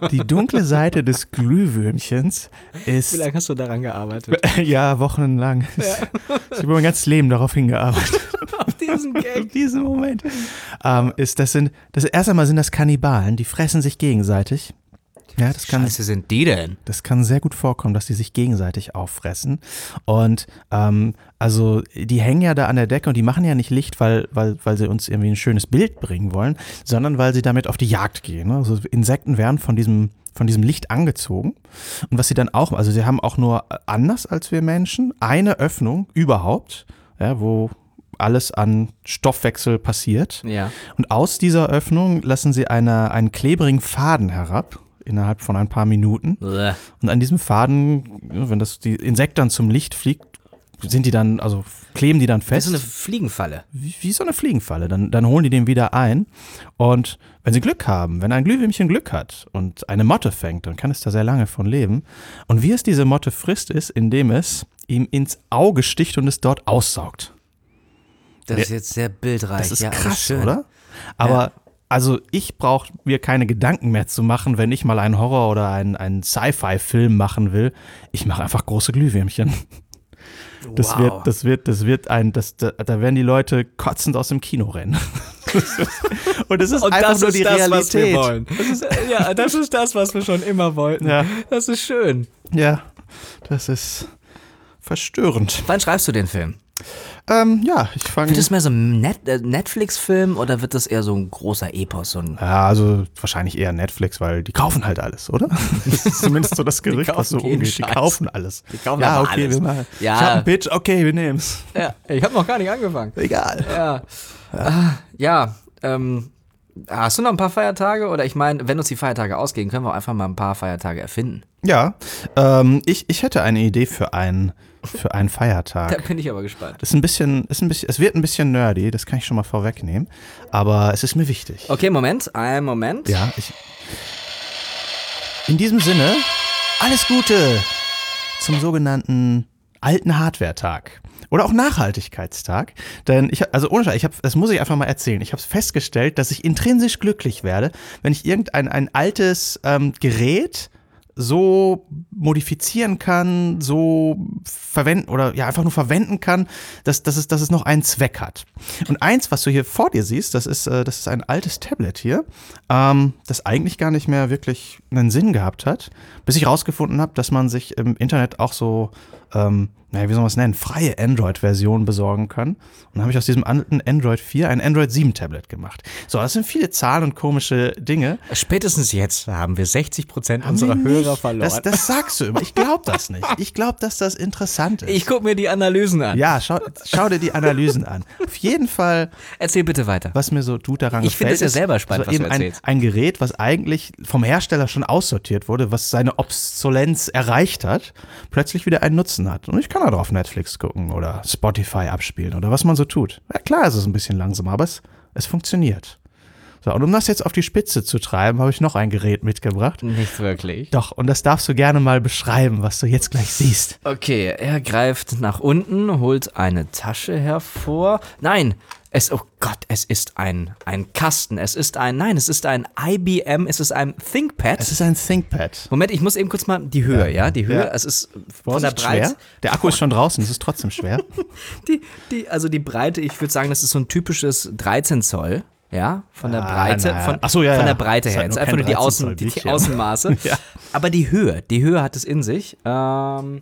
[SPEAKER 3] die dunkle Seite des Glühwürmchens ist
[SPEAKER 2] hast du daran gearbeitet?
[SPEAKER 3] ja, wochenlang. Ich habe mein ganzes Leben darauf hingearbeitet.
[SPEAKER 2] Auf diesen
[SPEAKER 3] In diesem Moment. Ähm, ist, das sind, das, erst einmal sind das Kannibalen, die fressen sich gegenseitig. Ja, das kann,
[SPEAKER 2] Scheiße sind die denn?
[SPEAKER 3] das kann sehr gut vorkommen, dass die sich gegenseitig auffressen. Und ähm, also die hängen ja da an der Decke und die machen ja nicht Licht, weil, weil, weil sie uns irgendwie ein schönes Bild bringen wollen, sondern weil sie damit auf die Jagd gehen. Ne? Also Insekten werden von diesem, von diesem Licht angezogen. Und was sie dann auch, also sie haben auch nur äh, anders als wir Menschen eine Öffnung überhaupt, ja, wo alles an Stoffwechsel passiert.
[SPEAKER 2] Ja.
[SPEAKER 3] Und aus dieser Öffnung lassen sie eine, einen klebrigen Faden herab, innerhalb von ein paar Minuten.
[SPEAKER 2] Bleh.
[SPEAKER 3] Und an diesem Faden, ja, wenn das die Insekt dann zum Licht fliegt, sind die dann, also kleben die dann
[SPEAKER 2] Das
[SPEAKER 3] fest,
[SPEAKER 2] ist eine Fliegenfalle.
[SPEAKER 3] wie, wie so eine Fliegenfalle. Dann, dann holen die den wieder ein. Und wenn sie Glück haben, wenn ein Glühwürmchen Glück hat und eine Motte fängt, dann kann es da sehr lange von leben. Und wie es diese Motte frisst, ist, indem es ihm ins Auge sticht und es dort aussaugt.
[SPEAKER 2] Das ist jetzt sehr bildreich.
[SPEAKER 3] Das ist
[SPEAKER 2] ja, aber
[SPEAKER 3] krass,
[SPEAKER 2] schön.
[SPEAKER 3] oder? Aber also ich brauche mir keine Gedanken mehr zu machen, wenn ich mal einen Horror- oder einen, einen Sci-Fi-Film machen will. Ich mache einfach große Glühwürmchen. Das
[SPEAKER 2] wow.
[SPEAKER 3] wird, das wird, das wird ein, das, da, da werden die Leute kotzend aus dem Kino rennen. Und es ist
[SPEAKER 2] Und
[SPEAKER 3] einfach
[SPEAKER 2] das
[SPEAKER 3] nur
[SPEAKER 2] ist
[SPEAKER 3] die
[SPEAKER 2] das,
[SPEAKER 3] Realität.
[SPEAKER 2] was wir wollen. Das ist, äh, ja, das ist das, was wir schon immer wollten.
[SPEAKER 3] Ja.
[SPEAKER 2] Das ist schön.
[SPEAKER 3] Ja, das ist verstörend.
[SPEAKER 2] Wann schreibst du den Film?
[SPEAKER 3] Ähm, ja, ich fange.
[SPEAKER 2] Wird das mehr so ein Net äh, Netflix-Film oder wird das eher so ein großer Epos? So ein
[SPEAKER 3] Ja, also wahrscheinlich eher Netflix, weil die kaufen halt alles, oder? Das ist zumindest so das Gerücht, was so
[SPEAKER 2] kaufen jeden
[SPEAKER 3] umgeht. Die
[SPEAKER 2] Scheiß.
[SPEAKER 3] kaufen alles. Die
[SPEAKER 2] kaufen
[SPEAKER 3] ja,
[SPEAKER 2] aber
[SPEAKER 3] okay,
[SPEAKER 2] alles.
[SPEAKER 3] wir machen.
[SPEAKER 2] Ja.
[SPEAKER 3] Ich hab einen Bitch, okay, wir nehmen's.
[SPEAKER 2] ja, ich habe noch gar nicht angefangen.
[SPEAKER 3] Egal.
[SPEAKER 2] Ja, Ah, ja ähm, hast du noch ein paar Feiertage? Oder ich meine, wenn uns die Feiertage ausgehen, können wir auch einfach mal ein paar Feiertage erfinden.
[SPEAKER 3] Ja, ähm, ich, ich hätte eine Idee für einen, für einen
[SPEAKER 2] Da
[SPEAKER 3] Feiertag.
[SPEAKER 2] bin ich aber gespannt.
[SPEAKER 3] Ist ein bisschen, ist ein bisschen, es wird ein bisschen nerdy, das kann ich schon mal vorwegnehmen, aber es ist mir wichtig.
[SPEAKER 2] Okay, Moment, einen Moment.
[SPEAKER 3] Ja, ich. In diesem Sinne, alles Gute zum sogenannten alten Hardware-Tag. Oder auch Nachhaltigkeitstag. Denn ich, hab- also ohne Scheiß, ich habe, das muss ich einfach mal erzählen. Ich habe festgestellt, dass ich intrinsisch glücklich werde, wenn ich irgendein ein altes ähm, Gerät so modifizieren kann, so verwenden oder ja einfach nur verwenden kann, dass, dass, es, dass es noch einen Zweck hat. Und eins, was du hier vor dir siehst, das ist, äh, das ist ein altes Tablet hier, ähm, das eigentlich gar nicht mehr wirklich einen Sinn gehabt hat, bis ich rausgefunden habe, dass man sich im Internet auch so, ähm, naja, wie soll man es nennen, freie Android-Versionen besorgen kann. Und dann habe ich aus diesem alten Android 4 ein Android 7-Tablet gemacht. So, das sind viele Zahlen und komische Dinge.
[SPEAKER 2] Spätestens jetzt haben wir 60 Prozent
[SPEAKER 3] Nee, nicht. Das, das sagst du immer. Ich glaube das nicht. Ich glaube, dass das interessant ist.
[SPEAKER 2] ich gucke mir die Analysen an.
[SPEAKER 3] ja, schau, schau dir die Analysen an. Auf jeden Fall,
[SPEAKER 2] Erzähl bitte weiter.
[SPEAKER 3] was mir so tut daran
[SPEAKER 2] Ich finde
[SPEAKER 3] gefällt,
[SPEAKER 2] es ja
[SPEAKER 3] ist
[SPEAKER 2] selber spannend, was
[SPEAKER 3] eben
[SPEAKER 2] du
[SPEAKER 3] ein,
[SPEAKER 2] erzählst.
[SPEAKER 3] ein Gerät, was eigentlich vom Hersteller schon aussortiert wurde, was seine Obsolenz erreicht hat, plötzlich wieder einen Nutzen Interessen hat. Und ich kann halt auf Netflix gucken oder Spotify abspielen oder was man so tut. Ja, klar ist es ein bisschen langsamer, aber es, es funktioniert. So, und um das jetzt auf die Spitze zu treiben, habe ich noch ein Gerät mitgebracht.
[SPEAKER 2] Nicht wirklich.
[SPEAKER 3] Doch, und das darfst du gerne mal beschreiben, was du jetzt gleich siehst.
[SPEAKER 2] Okay, er greift nach unten, holt eine Tasche hervor. Nein, es, oh Gott, es ist ein, ein Kasten. Es ist ein, nein, es ist ein IBM, es ist ein ThinkPad.
[SPEAKER 3] Es ist ein ThinkPad.
[SPEAKER 2] Moment, ich muss eben kurz mal die Höhe, ja, die Höhe.
[SPEAKER 3] Ja.
[SPEAKER 2] Es ist von
[SPEAKER 3] Boah,
[SPEAKER 2] der
[SPEAKER 3] ist das schwer?
[SPEAKER 2] Breite.
[SPEAKER 3] Der Akku ist schon draußen, es ist trotzdem schwer.
[SPEAKER 2] Die, die, also die Breite, ich würde sagen, das ist so ein typisches 13 Zoll. Ja, von der
[SPEAKER 3] Ah,
[SPEAKER 2] Breite,
[SPEAKER 3] na ja.
[SPEAKER 2] von,
[SPEAKER 3] Ach so, ja,
[SPEAKER 2] von
[SPEAKER 3] ja.
[SPEAKER 2] der Breite
[SPEAKER 3] Ist
[SPEAKER 2] her.
[SPEAKER 3] halt
[SPEAKER 2] Jetzt
[SPEAKER 3] nur
[SPEAKER 2] einfach
[SPEAKER 3] kein
[SPEAKER 2] nur die,
[SPEAKER 3] 13
[SPEAKER 2] Außen,
[SPEAKER 3] Zoll
[SPEAKER 2] die, die
[SPEAKER 3] Bildschirm.
[SPEAKER 2] Außenmaße. Aber die Höhe, die Höhe hat es in sich. Ähm,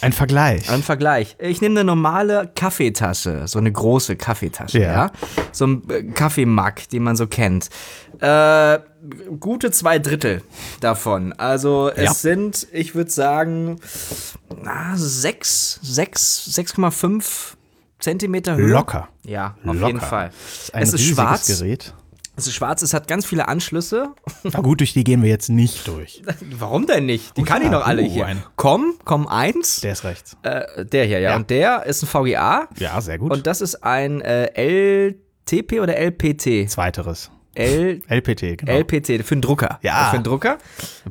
[SPEAKER 3] Ein Vergleich.
[SPEAKER 2] ein Vergleich. Ich nehme eine normale Kaffeetasse, so eine große Kaffeetasche,
[SPEAKER 3] Ja.
[SPEAKER 2] ja. So ein äh, Kaffeemack, den man so kennt. Äh, gute zwei Drittel davon. Also es
[SPEAKER 3] Ja.
[SPEAKER 2] sind, ich würde sagen, na, sechs, sechs, 6,5 Zentimeter Höhe.
[SPEAKER 3] Locker.
[SPEAKER 2] Ja, auf
[SPEAKER 3] Locker.
[SPEAKER 2] jeden Fall.
[SPEAKER 3] Das ist ein
[SPEAKER 2] es ist
[SPEAKER 3] riesiges
[SPEAKER 2] schwarz.
[SPEAKER 3] Gerät.
[SPEAKER 2] Es ist schwarz, es hat ganz viele Anschlüsse.
[SPEAKER 3] Na gut, durch die gehen wir jetzt nicht durch.
[SPEAKER 2] Warum denn nicht? Die kann
[SPEAKER 3] ja.
[SPEAKER 2] ich noch alle
[SPEAKER 3] Uh,
[SPEAKER 2] hier.
[SPEAKER 3] ein-
[SPEAKER 2] Com, Com 1.
[SPEAKER 3] Der ist rechts.
[SPEAKER 2] äh, der hier, ja.
[SPEAKER 3] Ja.
[SPEAKER 2] Und der ist ein VGA.
[SPEAKER 3] Ja, sehr gut.
[SPEAKER 2] Und das ist ein äh, LTP oder LPT?
[SPEAKER 3] Zweiteres.
[SPEAKER 2] L
[SPEAKER 3] LPT, genau.
[SPEAKER 2] LPT für einen Drucker. Äh,
[SPEAKER 3] Ja.
[SPEAKER 2] Für einen Drucker.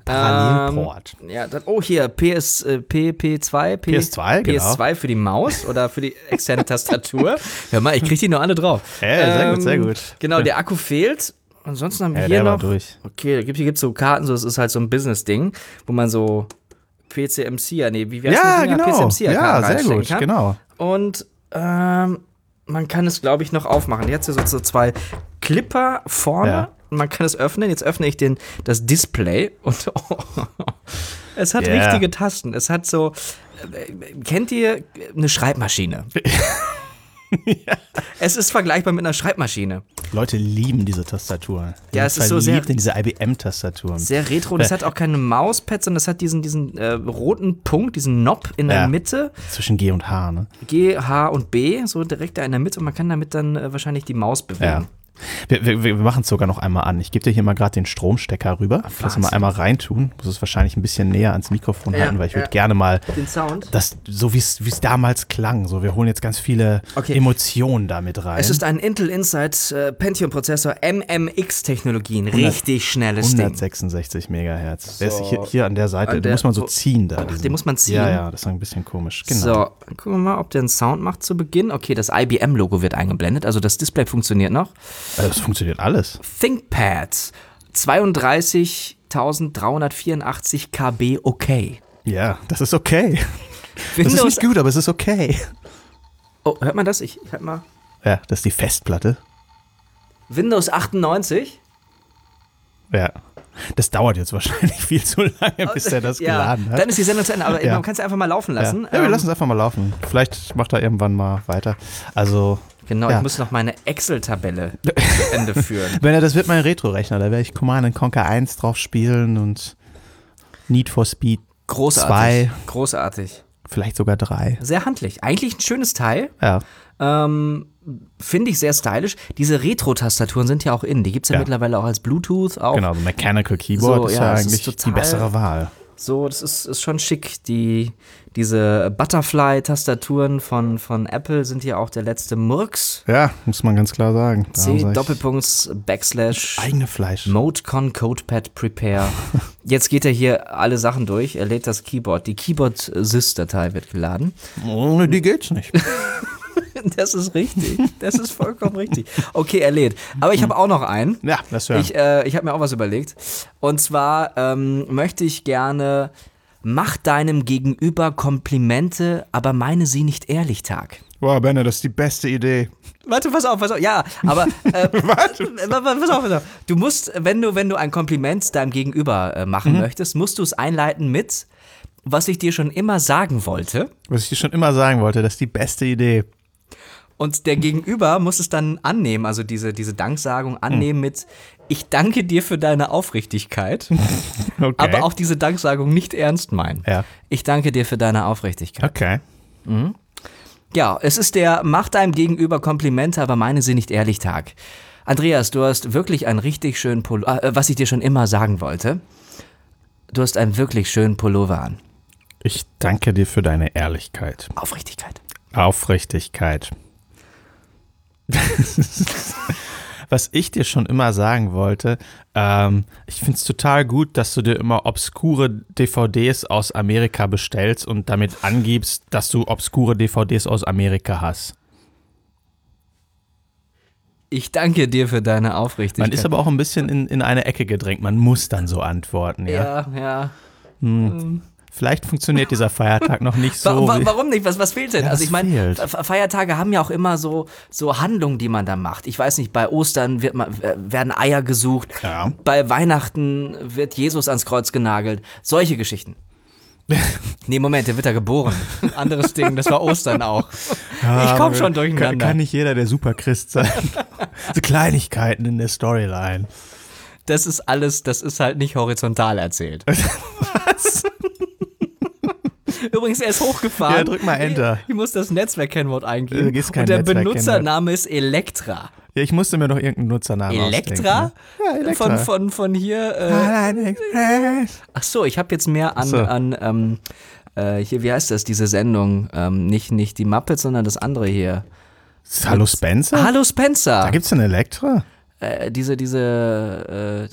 [SPEAKER 3] Parallelport.
[SPEAKER 2] Ähm, ja, dann, oh hier, PS, äh, PP2, P,
[SPEAKER 3] PS2, genau.
[SPEAKER 2] PS2 für die Maus oder für die externe Tastatur. Hör mal, ich krieg die noch alle drauf.
[SPEAKER 3] Hey, sehr gut, sehr gut.
[SPEAKER 2] Genau, der Akku fehlt. Ansonsten haben wir
[SPEAKER 3] Ja,
[SPEAKER 2] hier
[SPEAKER 3] der war
[SPEAKER 2] noch.
[SPEAKER 3] durch.
[SPEAKER 2] Okay, da gibt es so Karten, so es ist halt so ein Business-Ding, wo man so PCMC, ja, nee, wie heißt
[SPEAKER 3] Ja,
[SPEAKER 2] die Dinger?
[SPEAKER 3] genau.
[SPEAKER 2] PCMC
[SPEAKER 3] Ja, sehr
[SPEAKER 2] reinstecken
[SPEAKER 3] gut, genau.
[SPEAKER 2] Und ähm, man kann es, glaube ich, noch aufmachen. Jetzt hier so- so zwei Clipper vorne.
[SPEAKER 3] Ja.
[SPEAKER 2] Man kann es öffnen. Jetzt öffne ich den, das Display und es hat
[SPEAKER 3] Ja.
[SPEAKER 2] richtige Tasten. Es hat so. äh, Kennt ihr eine Schreibmaschine? Es ist vergleichbar mit einer Schreibmaschine.
[SPEAKER 3] Leute lieben diese Tastatur. Die
[SPEAKER 2] Ja, es
[SPEAKER 3] sind
[SPEAKER 2] ist so sehr-
[SPEAKER 3] verliebt in diese IBM-Tastatur.
[SPEAKER 2] Sehr retro. Und es hat auch keine Mauspad, sondern es hat diesen, diesen äh, roten Punkt, diesen Knob in der
[SPEAKER 3] Ja.
[SPEAKER 2] Mitte.
[SPEAKER 3] Zwischen G und H, ne?
[SPEAKER 2] G, H und B, so direkt da in der Mitte. Und man kann damit dann äh, wahrscheinlich die Maus bewegen.
[SPEAKER 3] Ja. Wir, wir, wir machen es sogar noch einmal an. Ich gebe dir hier mal gerade den Stromstecker rüber. Lass ihn mal
[SPEAKER 2] Wahnsinn.
[SPEAKER 3] einmal reintun. Muss es wahrscheinlich ein bisschen näher ans Mikrofon halten, weil ich würde
[SPEAKER 2] ja.
[SPEAKER 3] gerne mal
[SPEAKER 2] Den Sound.
[SPEAKER 3] das, so wie es damals klang. So, wir holen jetzt ganz viele
[SPEAKER 2] Okay.
[SPEAKER 3] Emotionen damit rein.
[SPEAKER 2] Es ist ein Intel Insight äh, Pentium Prozessor MMX Technologien. Richtig schnelles Ding.
[SPEAKER 3] 166 Megahertz. Der ist hier, hier an der Seite.
[SPEAKER 2] An
[SPEAKER 3] den
[SPEAKER 2] der-
[SPEAKER 3] muss man so ziehen da. diesen-
[SPEAKER 2] den muss man ziehen?
[SPEAKER 3] Ja, ja, das ist ein bisschen komisch. Genau.
[SPEAKER 2] So, dann gucken wir mal, ob der einen Sound macht zu Beginn. Okay, das IBM-Logo wird eingeblendet, also das Display funktioniert noch.
[SPEAKER 3] Also, das funktioniert alles.
[SPEAKER 2] ThinkPad 32.384 KB, okay.
[SPEAKER 3] Ja, das ist okay. Das ist
[SPEAKER 2] Windows-
[SPEAKER 3] nicht gut, aber es ist okay.
[SPEAKER 2] Oh, hört man das? Ich hört mal.
[SPEAKER 3] Ja, das ist die Festplatte.
[SPEAKER 2] Windows 98?
[SPEAKER 3] Ja. Das dauert jetzt wahrscheinlich viel zu lange, bis er das geladen hat.
[SPEAKER 2] Dann ist die Sendung zu Ende, aber
[SPEAKER 3] Ja.
[SPEAKER 2] man kann es einfach mal laufen
[SPEAKER 3] ja.
[SPEAKER 2] lassen.
[SPEAKER 3] ja, wir
[SPEAKER 2] Ähm,
[SPEAKER 3] lassen es einfach mal laufen. Vielleicht macht er irgendwann mal weiter. Also,
[SPEAKER 2] Genau,
[SPEAKER 3] ja.
[SPEAKER 2] ich muss noch meine Excel-Tabelle zu Ende führen.
[SPEAKER 3] wenn er das wird, mein Retro-Rechner, da werde ich Command Conquer 1 drauf spielen und Need for Speed
[SPEAKER 2] Großartig.
[SPEAKER 3] Zwei.
[SPEAKER 2] Großartig.
[SPEAKER 3] vielleicht sogar 3.
[SPEAKER 2] Sehr handlich. Eigentlich ein schönes Teil.
[SPEAKER 3] Ja.
[SPEAKER 2] Ähm, Finde ich sehr stylisch. Diese Retro-Tastaturen sind ja auch in. Die gibt es ja,
[SPEAKER 3] Ja.
[SPEAKER 2] mittlerweile auch als Bluetooth. Auch.
[SPEAKER 3] Genau, so Mechanical Keyboard
[SPEAKER 2] So,
[SPEAKER 3] ist
[SPEAKER 2] ja,
[SPEAKER 3] ja
[SPEAKER 2] es ist
[SPEAKER 3] eigentlich die
[SPEAKER 2] total-
[SPEAKER 3] bessere Wahl.
[SPEAKER 2] So, das ist, ist schon schick. Die, diese Butterfly-Tastaturen von, von Apple sind ja auch der letzte Murks.
[SPEAKER 3] Ja, muss man ganz klar sagen. Da
[SPEAKER 2] C
[SPEAKER 3] sag ich-
[SPEAKER 2] Doppelpunkt Backslash
[SPEAKER 3] Eigene Fleisch.
[SPEAKER 2] Modecon Codepad Prepare. Jetzt geht er hier alle Sachen durch. Er lädt das Keyboard. Die Keyboard-Sys-Datei wird geladen.
[SPEAKER 3] Ohne die geht's nicht.
[SPEAKER 2] Das ist richtig. Das ist vollkommen richtig. Okay, er lädt. Aber ich
[SPEAKER 3] Hm.
[SPEAKER 2] habe auch noch einen.
[SPEAKER 3] Ja, das hören.
[SPEAKER 2] Ich, äh, ich habe mir auch was überlegt. Und zwar ähm, möchte ich gerne Mach deinem Gegenüber Komplimente, aber meine sie nicht ehrlich Tag.
[SPEAKER 3] Wow, Benne, das ist die beste Idee.
[SPEAKER 2] Warte, pass auf, pass auf. Ja, aber äh, Warte. pass auf, pass auf. Du musst, wenn du, wenn du ein Kompliment deinem Gegenüber äh, machen möchtest, musst du es einleiten mit, was ich dir schon immer sagen wollte.
[SPEAKER 3] Was ich dir schon immer sagen wollte, das ist die beste Idee.
[SPEAKER 2] Und der Gegenüber muss es dann annehmen, also diese, diese Danksagung annehmen mit Ich danke dir für deine Aufrichtigkeit,
[SPEAKER 3] Okay.
[SPEAKER 2] aber auch diese Danksagung nicht ernst meinen.
[SPEAKER 3] Ja.
[SPEAKER 2] Ich danke dir für deine Aufrichtigkeit.
[SPEAKER 3] Okay.
[SPEAKER 2] Ja, es ist der Mach deinem Gegenüber Komplimente, aber meine sie nicht ehrlich Tag. Andreas, du hast wirklich einen richtig schönen Pullover, äh, was ich dir schon immer sagen wollte. Du hast einen wirklich schönen Pullover an.
[SPEAKER 3] Ich danke dir für deine Ehrlichkeit,
[SPEAKER 2] Aufrichtigkeit.
[SPEAKER 3] Aufrichtigkeit. Was ich dir schon immer sagen wollte, ähm, ich finde es total gut, dass du dir immer obskure DVDs aus Amerika bestellst und damit angibst, dass du obskure DVDs aus Amerika hast.
[SPEAKER 2] Ich danke dir für deine Aufrichtigkeit.
[SPEAKER 3] Man ist aber auch ein bisschen in, in eine Ecke gedrängt. Man muss dann so antworten. Ja.
[SPEAKER 2] ja, ja.
[SPEAKER 3] Vielleicht funktioniert dieser Feiertag noch nicht
[SPEAKER 2] Wa-
[SPEAKER 3] so.
[SPEAKER 2] wa-
[SPEAKER 3] wie-
[SPEAKER 2] warum nicht? Was, was fehlt denn?
[SPEAKER 3] Ja,
[SPEAKER 2] also
[SPEAKER 3] was
[SPEAKER 2] ich meine,
[SPEAKER 3] fehlt?
[SPEAKER 2] Fe- Feiertage haben ja auch immer so, so Handlungen, die man da macht. Ich weiß nicht, bei Ostern wird man, äh, werden Eier gesucht,
[SPEAKER 3] Ja.
[SPEAKER 2] bei Weihnachten wird Jesus ans Kreuz genagelt. Solche Geschichten. nee, Moment, der wird da geboren. Anderes Ding, das war Ostern auch. ich komme schon
[SPEAKER 3] Kann,
[SPEAKER 2] durcheinander.
[SPEAKER 3] kann nicht jeder der Superchrist sein. so Kleinigkeiten in der Storyline.
[SPEAKER 2] das ist alles, das ist halt nicht horizontal erzählt. Was? Übrigens, er ist hochgefahren.
[SPEAKER 3] Ja, drück mal Enter.
[SPEAKER 2] Ich, ich muss das Netzwerk-Kennwort eingeben.
[SPEAKER 3] Äh, ist kein
[SPEAKER 2] Und der
[SPEAKER 3] Netzwerk-Kennwort.
[SPEAKER 2] Benutzername ist Elektra.
[SPEAKER 3] Ja, ich musste mir noch irgendeinen Nutzernamen
[SPEAKER 2] ne? Elektra?
[SPEAKER 3] ausdenken. ne? Ja, Elektra.
[SPEAKER 2] Von, von, von hier. Äh,
[SPEAKER 3] Allein Express.
[SPEAKER 2] ach so, ich habe jetzt mehr an,
[SPEAKER 3] so.
[SPEAKER 2] an ähm, äh, hier, wie heißt das, diese Sendung? Ähm, nicht, nicht die Muppets, sondern das andere hier.
[SPEAKER 3] Hallo Spencer?
[SPEAKER 2] Hallo Spencer!
[SPEAKER 3] Ah. Da gibt's denn Elektra?
[SPEAKER 2] Äh, diese, diese.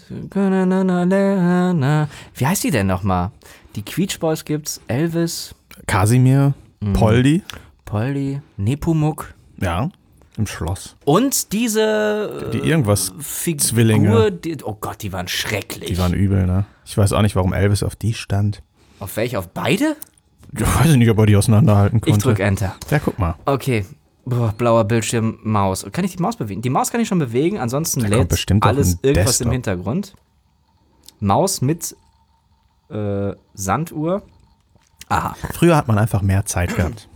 [SPEAKER 2] Äh, wie heißt die denn nochmal? Die Queech Boys gibt's, Elvis,
[SPEAKER 3] Kasimir,
[SPEAKER 2] Mhm.
[SPEAKER 3] Poldi,
[SPEAKER 2] Polly, Nepomuk
[SPEAKER 3] ja, im Schloss.
[SPEAKER 2] und diese
[SPEAKER 3] Die irgendwas,
[SPEAKER 2] äh, Figur.
[SPEAKER 3] Zwillinge.
[SPEAKER 2] Die, oh Gott, die waren schrecklich.
[SPEAKER 3] die waren übel, ne? Ich weiß auch nicht, warum Elvis auf die stand.
[SPEAKER 2] auf welche? Auf beide?
[SPEAKER 3] Ich weiß nicht, ob er die auseinanderhalten
[SPEAKER 2] Ich
[SPEAKER 3] konnte.
[SPEAKER 2] drück Enter.
[SPEAKER 3] ja, guck mal.
[SPEAKER 2] Okay. Boah, blauer Bildschirm, Maus. Kann ich die Maus bewegen? Die Maus kann ich schon bewegen, ansonsten
[SPEAKER 3] kommt
[SPEAKER 2] lädt
[SPEAKER 3] bestimmt auch
[SPEAKER 2] alles
[SPEAKER 3] ein
[SPEAKER 2] irgendwas im
[SPEAKER 3] Desktop.
[SPEAKER 2] Hintergrund. Maus mit äh, Sanduhr. Aha.
[SPEAKER 3] Früher hat man einfach mehr Zeit gehabt.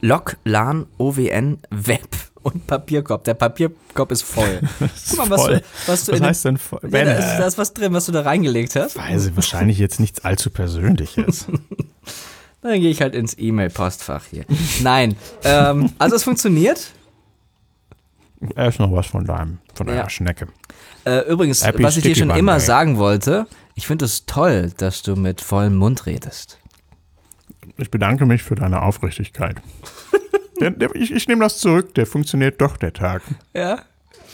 [SPEAKER 2] Lok, LAN, OWN, Web und Papierkorb. Der Papierkorb ist voll. Guck mal, was
[SPEAKER 3] Voll.
[SPEAKER 2] du, was du
[SPEAKER 3] Was
[SPEAKER 2] in
[SPEAKER 3] heißt denn voll?
[SPEAKER 2] dem, ja,
[SPEAKER 3] Ben,
[SPEAKER 2] da, ist, da ist was drin, was du da reingelegt hast.
[SPEAKER 3] weiß ich, wahrscheinlich jetzt nichts allzu Persönliches.
[SPEAKER 2] Dann gehe ich halt ins E-Mail-Postfach hier. Nein. Ähm, also es funktioniert.
[SPEAKER 3] er ist noch was von deinem, von deiner
[SPEAKER 2] Ja.
[SPEAKER 3] Schnecke.
[SPEAKER 2] Äh, übrigens,
[SPEAKER 3] Happy
[SPEAKER 2] was ich dir
[SPEAKER 3] Sticky
[SPEAKER 2] schon
[SPEAKER 3] Bun,
[SPEAKER 2] immer
[SPEAKER 3] ey.
[SPEAKER 2] sagen wollte, ich finde es toll, dass du mit vollem Mund redest.
[SPEAKER 3] Ich bedanke mich für deine Aufrichtigkeit. Der- der- ich ich nehme das zurück, der funktioniert doch, der Tag.
[SPEAKER 2] Ja.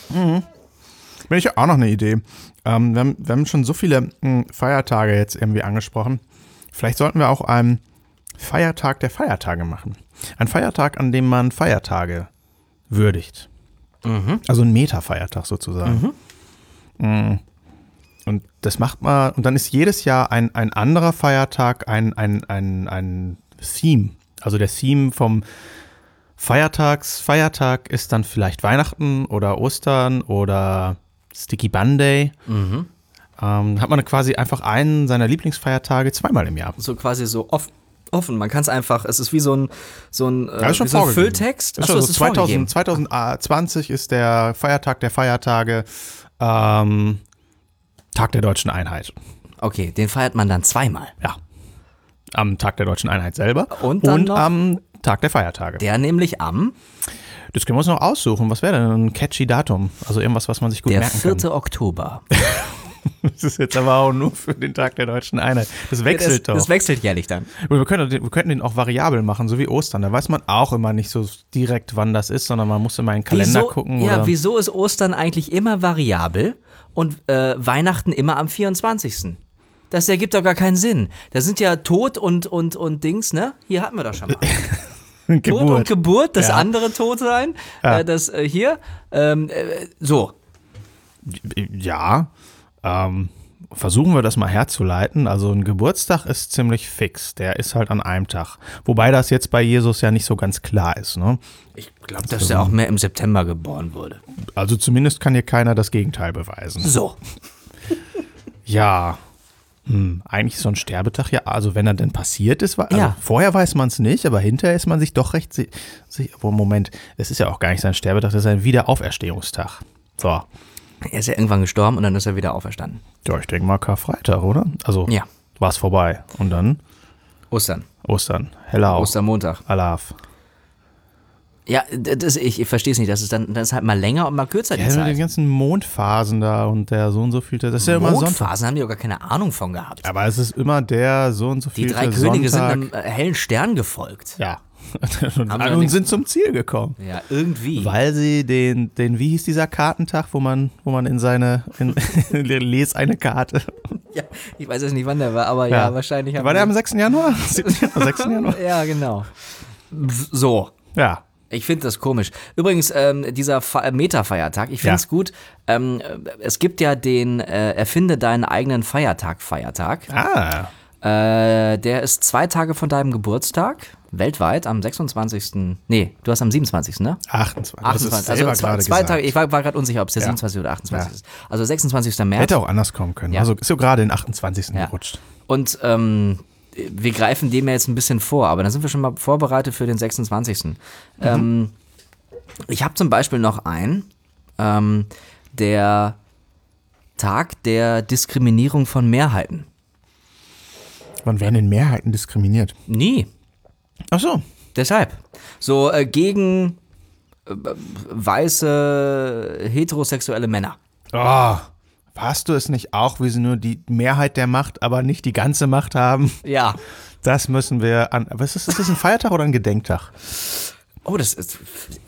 [SPEAKER 3] Bin ich auch noch eine Idee. Ähm, wir, haben, wir haben schon so viele mh, Feiertage jetzt irgendwie angesprochen. Vielleicht sollten wir auch einen Feiertag der Feiertage machen. Ein Feiertag, an dem man Feiertage würdigt. Also ein Meta-Feiertag sozusagen. Mm. Und das macht man, und dann ist jedes Jahr ein, ein anderer Feiertag ein, ein, ein, ein Theme. Also der Theme vom Feiertags-Feiertag ist dann vielleicht Weihnachten oder Ostern oder Sticky Monday.
[SPEAKER 2] Mhm.
[SPEAKER 3] Ähm, hat man quasi einfach einen seiner Lieblingsfeiertage zweimal im Jahr.
[SPEAKER 2] So quasi so off, offen. Man kann es einfach, es ist wie so ein, so ein, äh,
[SPEAKER 3] Ja, ist
[SPEAKER 2] wie so ein
[SPEAKER 3] vorgegeben.
[SPEAKER 2] Fülltext.
[SPEAKER 3] Ist
[SPEAKER 2] Achso,
[SPEAKER 3] also
[SPEAKER 2] es ist
[SPEAKER 3] 2000,
[SPEAKER 2] vorgegeben.
[SPEAKER 3] 2020 ist der Feiertag der Feiertage, ähm, Tag der deutschen Einheit.
[SPEAKER 2] Okay, den feiert man dann zweimal.
[SPEAKER 3] Ja. Am Tag der deutschen Einheit selber
[SPEAKER 2] Und dann noch-
[SPEAKER 3] am Tag der Feiertage.
[SPEAKER 2] Der nämlich am,
[SPEAKER 3] Das können wir uns noch aussuchen. Was wäre denn ein catchy Datum? Also irgendwas, was man sich gut
[SPEAKER 2] der
[SPEAKER 3] merken
[SPEAKER 2] 4.
[SPEAKER 3] kann.
[SPEAKER 2] Oktober.
[SPEAKER 3] Das ist jetzt aber auch nur für den Tag der deutschen Einheit. Das wechselt
[SPEAKER 2] das,
[SPEAKER 3] doch.
[SPEAKER 2] das wechselt jährlich dann.
[SPEAKER 3] Aber wir, können, den- wir könnten den auch variabel machen, so wie Ostern. Da weiß man auch immer nicht so direkt, wann das ist, sondern man muss immer in den Kalender
[SPEAKER 2] wieso,
[SPEAKER 3] gucken.
[SPEAKER 2] ja,
[SPEAKER 3] oder
[SPEAKER 2] wieso ist Ostern eigentlich immer variabel und äh, Weihnachten immer am 24.? Das ergibt doch gar keinen Sinn. Da sind ja Tod und, und, und Dings, ne? Hier hatten wir doch schon mal. Tod und
[SPEAKER 3] Geburt.
[SPEAKER 2] Geburt, das
[SPEAKER 3] Ja.
[SPEAKER 2] andere Tod sein, äh, das äh, hier. Ähm, äh, so,
[SPEAKER 3] ja, ähm, versuchen wir das mal herzuleiten. Also ein Geburtstag ist ziemlich fix. Der ist halt an einem Tag. Wobei das jetzt bei Jesus ja nicht so ganz klar ist. Ne?
[SPEAKER 2] ich glaube, dass der auch mehr im September geboren wurde.
[SPEAKER 3] Also zumindest kann dir keiner das Gegenteil beweisen.
[SPEAKER 2] So,
[SPEAKER 3] Ja. Hm, eigentlich ist so ein Sterbetag ja, also wenn er denn passiert ist, war, also
[SPEAKER 2] Ja.
[SPEAKER 3] vorher weiß man es nicht, aber hinterher ist man sich doch recht si- sicher. Oh, Moment, es ist ja auch gar nicht sein Sterbetag, das ist ein Wiederauferstehungstag. So,
[SPEAKER 2] er ist ja irgendwann gestorben und dann ist er wieder auferstanden.
[SPEAKER 3] ja, ich denke mal Karfreitag, oder? Also
[SPEAKER 2] Ja.
[SPEAKER 3] war es vorbei. Und dann
[SPEAKER 2] Ostern,
[SPEAKER 3] Ostern, Hello.
[SPEAKER 2] Ostermontag.
[SPEAKER 3] Alaf.
[SPEAKER 2] Ja, das, ich, ich verstehe es nicht. Das ist dann das ist halt mal länger und mal kürzer die
[SPEAKER 3] Ja, mit den
[SPEAKER 2] Zeit.
[SPEAKER 3] ganzen Mondphasen da und der so und so viel. Das ist ja immer Sonntag.
[SPEAKER 2] Mondphasen haben die auch gar keine Ahnung von gehabt.
[SPEAKER 3] Aber es ist immer der so und so
[SPEAKER 2] die
[SPEAKER 3] viel.
[SPEAKER 2] drei Könige sind einem äh, hellen Stern gefolgt.
[SPEAKER 3] Ja.
[SPEAKER 2] doch
[SPEAKER 3] und
[SPEAKER 2] nichts-
[SPEAKER 3] sind zum Ziel gekommen.
[SPEAKER 2] Ja, irgendwie.
[SPEAKER 3] Weil sie den, den, wie hieß dieser Kartentag, wo man, wo man in seine, in, les eine Karte.
[SPEAKER 2] Ja, ich weiß jetzt nicht, wann der war, aber ja, wahrscheinlich. haben
[SPEAKER 3] War der
[SPEAKER 2] die-
[SPEAKER 3] am 6. Januar? 7. Januar? 6. Januar?
[SPEAKER 2] Ja, genau. So.
[SPEAKER 3] Ja.
[SPEAKER 2] Ich finde das komisch. Übrigens, ähm, dieser Fe- äh, Meta-Feiertag, ich finde es
[SPEAKER 3] Ja.
[SPEAKER 2] gut. Ähm, äh, es gibt ja den äh, Erfinde deinen eigenen Feiertag-Feiertag.
[SPEAKER 3] Ah.
[SPEAKER 2] Äh, der ist zwei Tage von deinem Geburtstag, weltweit, am 26. Nee, du hast am 27. ne?
[SPEAKER 3] 28. Das ist
[SPEAKER 2] 28.
[SPEAKER 3] selber
[SPEAKER 2] also zwei,
[SPEAKER 3] gerade
[SPEAKER 2] zwei
[SPEAKER 3] gesagt.
[SPEAKER 2] Tage, ich war, war gerade unsicher, ob es der
[SPEAKER 3] Ja.
[SPEAKER 2] 27. oder 28.
[SPEAKER 3] Ja.
[SPEAKER 2] ist. Also 26. März.
[SPEAKER 3] Hätte auch anders kommen können.
[SPEAKER 2] Ja.
[SPEAKER 3] Also ist so gerade in 28.
[SPEAKER 2] Ja.
[SPEAKER 3] gerutscht.
[SPEAKER 2] Und ähm, wir greifen dem ja jetzt ein bisschen vor, aber dann sind wir schon mal vorbereitet für den 26. Ähm, ich habe zum Beispiel noch einen, ähm, der Tag der Diskriminierung von Mehrheiten.
[SPEAKER 3] Wann werden denn Mehrheiten diskriminiert?
[SPEAKER 2] Nie.
[SPEAKER 3] Ach so.
[SPEAKER 2] Deshalb. So äh, gegen äh, weiße heterosexuelle Männer.
[SPEAKER 3] Oh. Warst du es nicht auch, wie sie nur die Mehrheit der Macht, aber nicht die ganze Macht haben?
[SPEAKER 2] Ja.
[SPEAKER 3] Das müssen wir an. Was ist, ist das ein Feiertag oder ein Gedenktag?
[SPEAKER 2] Oh, das ist,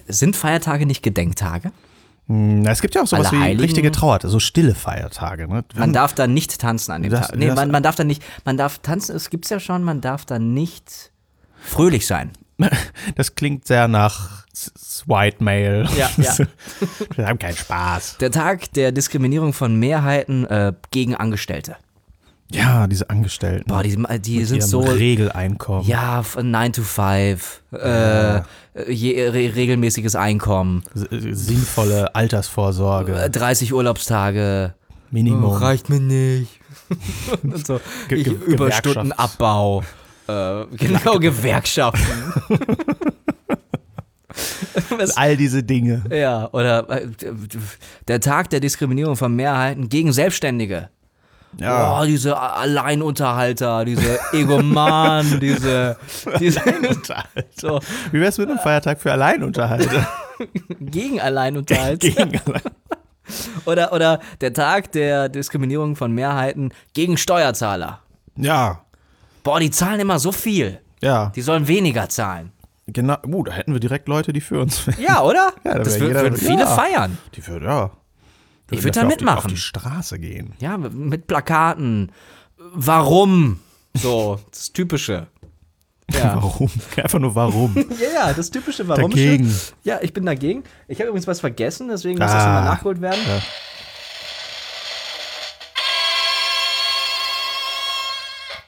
[SPEAKER 2] sind Feiertage nicht Gedenktage?
[SPEAKER 3] Na, es gibt ja auch sowas wie
[SPEAKER 2] Allerheiligen.
[SPEAKER 3] richtige Trauer, so stille Feiertage. Ne?
[SPEAKER 2] Man darf da nicht tanzen an dem
[SPEAKER 3] Das-
[SPEAKER 2] Tag. Nee,
[SPEAKER 3] das-
[SPEAKER 2] man, man darf da nicht, man darf tanzen, es gibt's ja schon, man darf da nicht fröhlich sein.
[SPEAKER 3] Das klingt sehr nach S- S- White Male.
[SPEAKER 2] Ja, ja.
[SPEAKER 3] Wir haben keinen Spaß.
[SPEAKER 2] Der Tag der Diskriminierung von Mehrheiten äh, gegen Angestellte.
[SPEAKER 3] Ja, diese Angestellten.
[SPEAKER 2] Boah, die, die sind
[SPEAKER 3] ihrem
[SPEAKER 2] so,
[SPEAKER 3] Regeleinkommen.
[SPEAKER 2] ja, von 9 to 5, äh, je, re, regelmäßiges Einkommen,
[SPEAKER 3] S- äh, Sinnvolle
[SPEAKER 2] äh,
[SPEAKER 3] Altersvorsorge.
[SPEAKER 2] 30 Urlaubstage.
[SPEAKER 3] Minimum.
[SPEAKER 2] mir nicht. Und so.
[SPEAKER 3] Ge-
[SPEAKER 2] ich,
[SPEAKER 3] Ge-
[SPEAKER 2] Überstundenabbau. Äh, genau, Gewerkschaften. Was,
[SPEAKER 3] All diese Dinge.
[SPEAKER 2] Ja, oder äh, der Tag der Diskriminierung von Mehrheiten gegen Selbstständige.
[SPEAKER 3] Ja.
[SPEAKER 2] Oh, diese Alleinunterhalter, diese Egoman, diese, diese so,
[SPEAKER 3] Wie wär's mit einem Feiertag für Alleinunterhalter?
[SPEAKER 2] gegen Alleinunterhalter.
[SPEAKER 3] Gegen Allein-
[SPEAKER 2] Oder, oder der Tag der Diskriminierung von Mehrheiten gegen Steuerzahler.
[SPEAKER 3] ja.
[SPEAKER 2] Boah, die zahlen immer so viel.
[SPEAKER 3] Ja.
[SPEAKER 2] Die sollen weniger zahlen.
[SPEAKER 3] Genau. Uh, da hätten wir direkt Leute, die für uns wären.
[SPEAKER 2] Ja, oder?
[SPEAKER 3] Ja, da
[SPEAKER 2] das
[SPEAKER 3] wär
[SPEAKER 2] wür-
[SPEAKER 3] jeder-
[SPEAKER 2] würden viele
[SPEAKER 3] ja.
[SPEAKER 2] feiern.
[SPEAKER 3] Die würden, ja.
[SPEAKER 2] Ich
[SPEAKER 3] würden
[SPEAKER 2] würde da
[SPEAKER 3] dafür auf die- Auf
[SPEAKER 2] mitmachen.
[SPEAKER 3] die Straße gehen.
[SPEAKER 2] Ja, mit Plakaten. Warum? So, das Typische. Ja.
[SPEAKER 3] Warum? Einfach nur warum.
[SPEAKER 2] Ja, ja, das typische Warum.
[SPEAKER 3] Dagegen.
[SPEAKER 2] Ja, ich bin dagegen. Ich habe übrigens was vergessen, deswegen muss das
[SPEAKER 3] Ah.
[SPEAKER 2] nochmal nachgeholt werden.
[SPEAKER 3] Ja.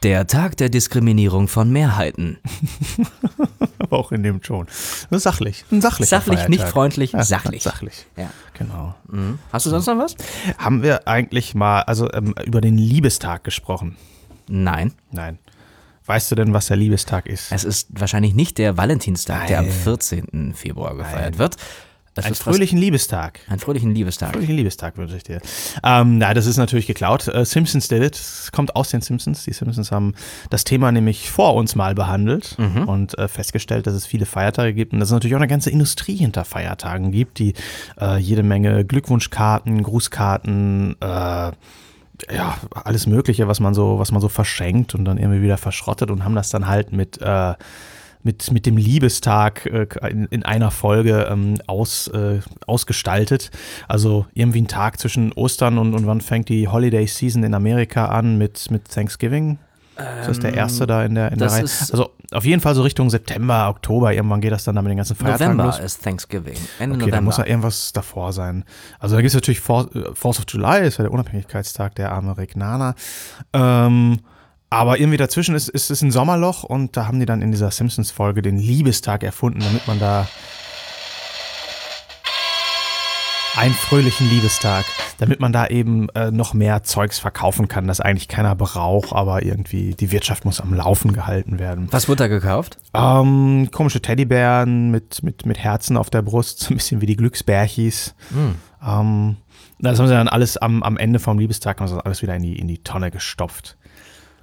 [SPEAKER 2] Der Tag der Diskriminierung von Mehrheiten.
[SPEAKER 3] Aber auch in dem schon. Nur sachlich. Ein sachlicher
[SPEAKER 2] Sachlich,
[SPEAKER 3] Feiertag.
[SPEAKER 2] nicht freundlich,
[SPEAKER 3] Ja,
[SPEAKER 2] sachlich.
[SPEAKER 3] Sachlich.
[SPEAKER 2] Ja.
[SPEAKER 3] Genau.
[SPEAKER 2] Hast du sonst noch was?
[SPEAKER 3] Haben wir eigentlich mal, also ähm, über den Liebestag gesprochen?
[SPEAKER 2] Nein.
[SPEAKER 3] Nein. Weißt du denn, was der Liebestag ist?
[SPEAKER 2] Es ist wahrscheinlich nicht der Valentinstag, der am
[SPEAKER 3] Nein.
[SPEAKER 2] 14. Februar gefeiert wird. Es
[SPEAKER 3] Einen
[SPEAKER 2] ist fast-
[SPEAKER 3] fröhlichen Liebestag.
[SPEAKER 2] Einen fröhlichen Liebestag.
[SPEAKER 3] Fröhlichen Liebestag wünsche ich dir. Ähm, na, das ist natürlich geklaut. Äh, Simpsons did it. Es kommt aus den Simpsons. Die Simpsons haben das Thema nämlich vor uns mal behandelt und äh, festgestellt, dass es viele Feiertage gibt und dass es natürlich auch eine ganze Industrie hinter Feiertagen gibt, die äh, jede Menge Glückwunschkarten, Grußkarten, äh, ja, alles Mögliche, was man so, was man so verschenkt und dann irgendwie wieder verschrottet und haben das dann halt mit, äh, mit, mit dem Liebestag äh, in, in einer Folge ähm, aus, äh, ausgestaltet. Also irgendwie ein Tag zwischen Ostern und, und wann fängt die Holiday Season in Amerika an mit, mit Thanksgiving? Ist das der erste da in der, in der
[SPEAKER 2] Ähm, das
[SPEAKER 3] Reihe?
[SPEAKER 2] ist-
[SPEAKER 3] Also auf jeden Fall so Richtung September, Oktober, irgendwann geht das dann da mit den ganzen Feiertagen los.
[SPEAKER 2] November ist Thanksgiving. Ende
[SPEAKER 3] Okay, da muss ja
[SPEAKER 2] November.
[SPEAKER 3] irgendwas davor sein. Also da gibt es natürlich For- äh, Fourth of July, ist ja der Unabhängigkeitstag der Amerikaner. Ähm, aber irgendwie dazwischen ist, ist, ist ein Sommerloch und da haben die dann in dieser Simpsons-Folge den Liebestag erfunden, damit man da einen fröhlichen Liebestag, damit man da eben äh, noch mehr Zeugs verkaufen kann, das eigentlich keiner braucht, aber irgendwie die Wirtschaft muss am Laufen gehalten werden.
[SPEAKER 2] Was wurde da gekauft?
[SPEAKER 3] Ähm, komische Teddybären mit, mit, mit Herzen auf der Brust, so ein bisschen wie die Glücksbärchis. Ähm, das haben sie dann alles am, am Ende vom Liebestag haben sie das alles wieder in die, in die Tonne gestopft.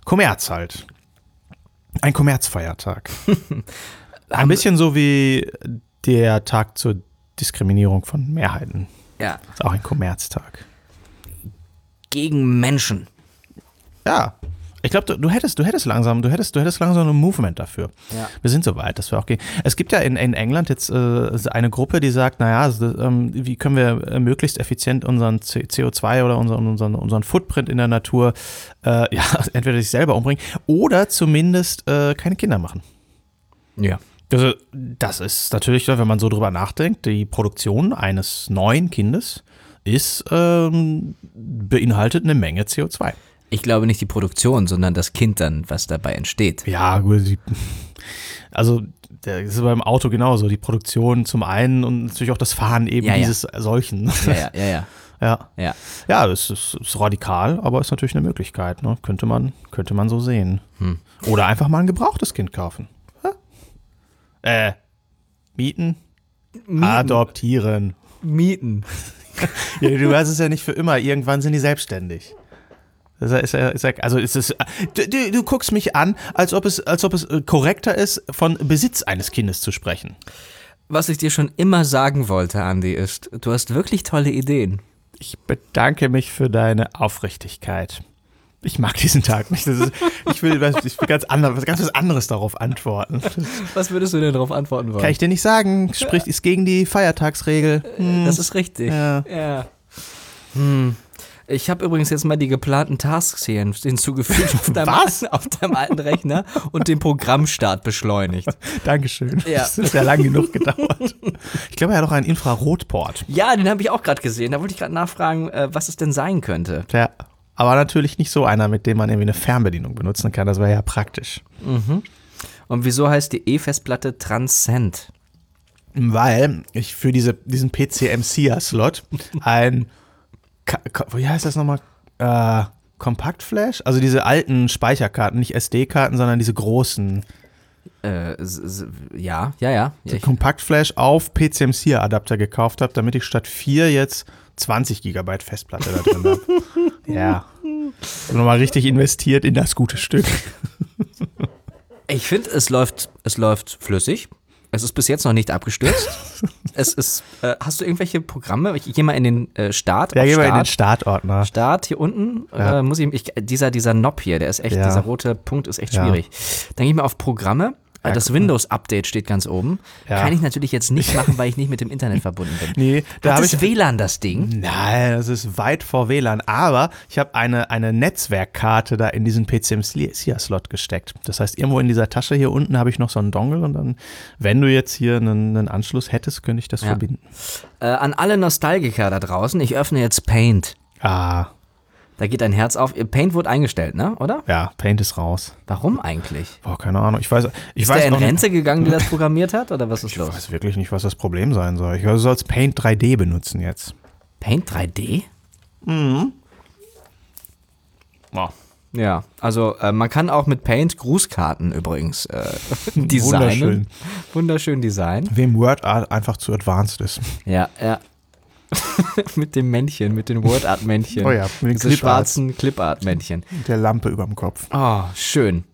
[SPEAKER 3] Kommerz halt. Ein Kommerzfeiertag. ein bisschen so wie der Tag zur Diskriminierung von Mehrheiten.
[SPEAKER 2] Ja.
[SPEAKER 3] Ist auch ein Kommerztag.
[SPEAKER 2] Gegen Menschen.
[SPEAKER 3] Ja. Ich glaube, du, du hättest, du hättest langsam, du hättest, du hättest langsam ein Movement dafür.
[SPEAKER 2] Ja.
[SPEAKER 3] Wir sind so weit, dass wir auch gehen. Es gibt ja in, in England jetzt äh, eine Gruppe, die sagt, naja, also, ähm, wie können wir äh, möglichst effizient unseren C CO2 oder unseren, unseren, unseren Footprint in der Natur äh, ja, entweder sich selber umbringen oder zumindest äh, keine Kinder machen.
[SPEAKER 2] Ja.
[SPEAKER 3] Also, das ist natürlich, wenn man so drüber nachdenkt, die Produktion eines neuen Kindes ist, ähm, beinhaltet eine Menge CO2.
[SPEAKER 2] Ich glaube nicht die Produktion, sondern das Kind dann, was dabei entsteht.
[SPEAKER 3] Ja, gut. die- Also, das ist beim Auto genauso. Die Produktion zum einen und natürlich auch das Fahren eben
[SPEAKER 2] Ja, ja.
[SPEAKER 3] dieses äh, solchen.
[SPEAKER 2] Ja, ja, ja, ja.
[SPEAKER 3] ja.
[SPEAKER 2] ja.
[SPEAKER 3] Ja, das ist, ist radikal, aber ist natürlich eine Möglichkeit. Ne? Könnte, man, könnte man so sehen.
[SPEAKER 2] Hm.
[SPEAKER 3] Oder einfach mal ein gebrauchtes Kind kaufen. Hä? Äh, mieten? Adoptieren.
[SPEAKER 2] Mieten.
[SPEAKER 3] Ja, du hast es ja nicht für immer. Irgendwann sind die selbstständig. Das ist ja, ist ja, also ist es, du, du, du guckst mich an, als ob, es, als ob es äh, korrekter ist, von Besitz eines Kindes zu sprechen.
[SPEAKER 2] Was ich dir schon immer sagen wollte, Andy, ist, du hast wirklich tolle Ideen.
[SPEAKER 3] Ich bedanke mich für deine Aufrichtigkeit. Ich mag diesen Tag nicht. Das ist, ich will, was- ich will ganz, ander, was- ganz was anderes darauf antworten.
[SPEAKER 2] Was würdest du denn darauf antworten wollen?
[SPEAKER 3] Kann ich dir nicht sagen. Spricht, ist gegen die Feiertagsregel. Hm.
[SPEAKER 2] Das ist richtig.
[SPEAKER 3] Ja.
[SPEAKER 2] ja. Hm. Ich habe übrigens jetzt mal die geplanten Tasks hier hinzugefügt auf deinem,
[SPEAKER 3] Was?
[SPEAKER 2] Auf deinem alten Rechner und den Programmstart beschleunigt.
[SPEAKER 3] Dankeschön.
[SPEAKER 2] Ja.
[SPEAKER 3] Das ist ja lang genug gedauert. Ich glaube, er hat auch einen Infrarotport.
[SPEAKER 2] Ja, den habe ich auch gerade gesehen. Da wollte ich gerade nachfragen, äh, was es denn sein könnte.
[SPEAKER 3] Ja, aber natürlich nicht so einer, mit dem man irgendwie eine Fernbedienung benutzen kann. Das wäre ja praktisch.
[SPEAKER 2] Und wieso heißt die E-Festplatte Transcend?
[SPEAKER 3] Weil ich für diese, diesen PCMCIA-Slot ein, Ka- Ka- wie heißt das nochmal? Äh, Kompaktflash? Also diese alten Speicherkarten, nicht SD-Karten, sondern diese großen.
[SPEAKER 2] Äh, s- s- ja, ja, ja.
[SPEAKER 3] Die
[SPEAKER 2] Ich,
[SPEAKER 3] Kompaktflash auf PCMCIA-Adapter gekauft habe, damit ich statt 4 jetzt 20 Gigabyte Festplatte da drin habe. ja. Nochmal richtig investiert in das gute Stück.
[SPEAKER 2] ich finde, es läuft, es läuft flüssig. Es ist bis jetzt noch nicht abgestürzt. es ist. Äh, hast du irgendwelche Programme? Ich gehe mal in den äh, Start.
[SPEAKER 3] Ja,
[SPEAKER 2] auf
[SPEAKER 3] gehen wir in den
[SPEAKER 2] Start.
[SPEAKER 3] Startordner.
[SPEAKER 2] Start hier unten
[SPEAKER 3] Ja.
[SPEAKER 2] äh, muss ich, ich dieser dieser Knob hier, der ist echt
[SPEAKER 3] Ja.
[SPEAKER 2] dieser rote Punkt ist echt
[SPEAKER 3] Ja.
[SPEAKER 2] schwierig. Dann gehe ich mal auf Programme. Äh,
[SPEAKER 3] Ja,
[SPEAKER 2] Das Windows Update steht ganz oben.
[SPEAKER 3] Ja.
[SPEAKER 2] Kann ich natürlich jetzt nicht machen, weil ich nicht mit dem Internet verbunden bin.
[SPEAKER 3] Nee, da
[SPEAKER 2] Hat
[SPEAKER 3] habe
[SPEAKER 2] das
[SPEAKER 3] ich
[SPEAKER 2] WLAN das Ding?
[SPEAKER 3] Nein, das ist weit vor WLAN. Aber ich habe eine, eine Netzwerkkarte da in diesen PCMCIA-Slot gesteckt. Das heißt, irgendwo in dieser Tasche hier unten habe ich noch so einen Dongle und dann, wenn du jetzt hier einen, einen Anschluss hättest, könnte ich das verbinden.
[SPEAKER 2] Äh, an alle Nostalgiker da draußen, ich öffne jetzt Paint.
[SPEAKER 3] Ah,
[SPEAKER 2] Da geht dein Herz auf. Paint wurde eingestellt, ne? Oder?
[SPEAKER 3] ja, Paint ist raus.
[SPEAKER 2] Warum eigentlich?
[SPEAKER 3] Boah, keine Ahnung. Ich weiß, ich
[SPEAKER 2] Ist
[SPEAKER 3] weiß
[SPEAKER 2] der in
[SPEAKER 3] auch nicht,
[SPEAKER 2] Rente gegangen, der das programmiert hat? Oder was ist
[SPEAKER 3] ich
[SPEAKER 2] los?
[SPEAKER 3] weiß wirklich nicht, was das Problem sein soll. Ich, weiß, du sollst Paint 3D benutzen jetzt.
[SPEAKER 2] Paint 3D?
[SPEAKER 3] Oh,
[SPEAKER 2] Ja, also äh, man kann auch mit Paint Grußkarten übrigens äh, designen.
[SPEAKER 3] Wunderschön.
[SPEAKER 2] Wunderschön design.
[SPEAKER 3] wem WordArt einfach zu advanced ist.
[SPEAKER 2] Ja, ja. mit dem Männchen, mit den WordArt-Männchen.
[SPEAKER 3] Oh ja, mit den
[SPEAKER 2] Diese
[SPEAKER 3] Cliparts.
[SPEAKER 2] schwarzen Clipart-Männchen.
[SPEAKER 3] Mit der Lampe überm Kopf.
[SPEAKER 2] Oh, schön.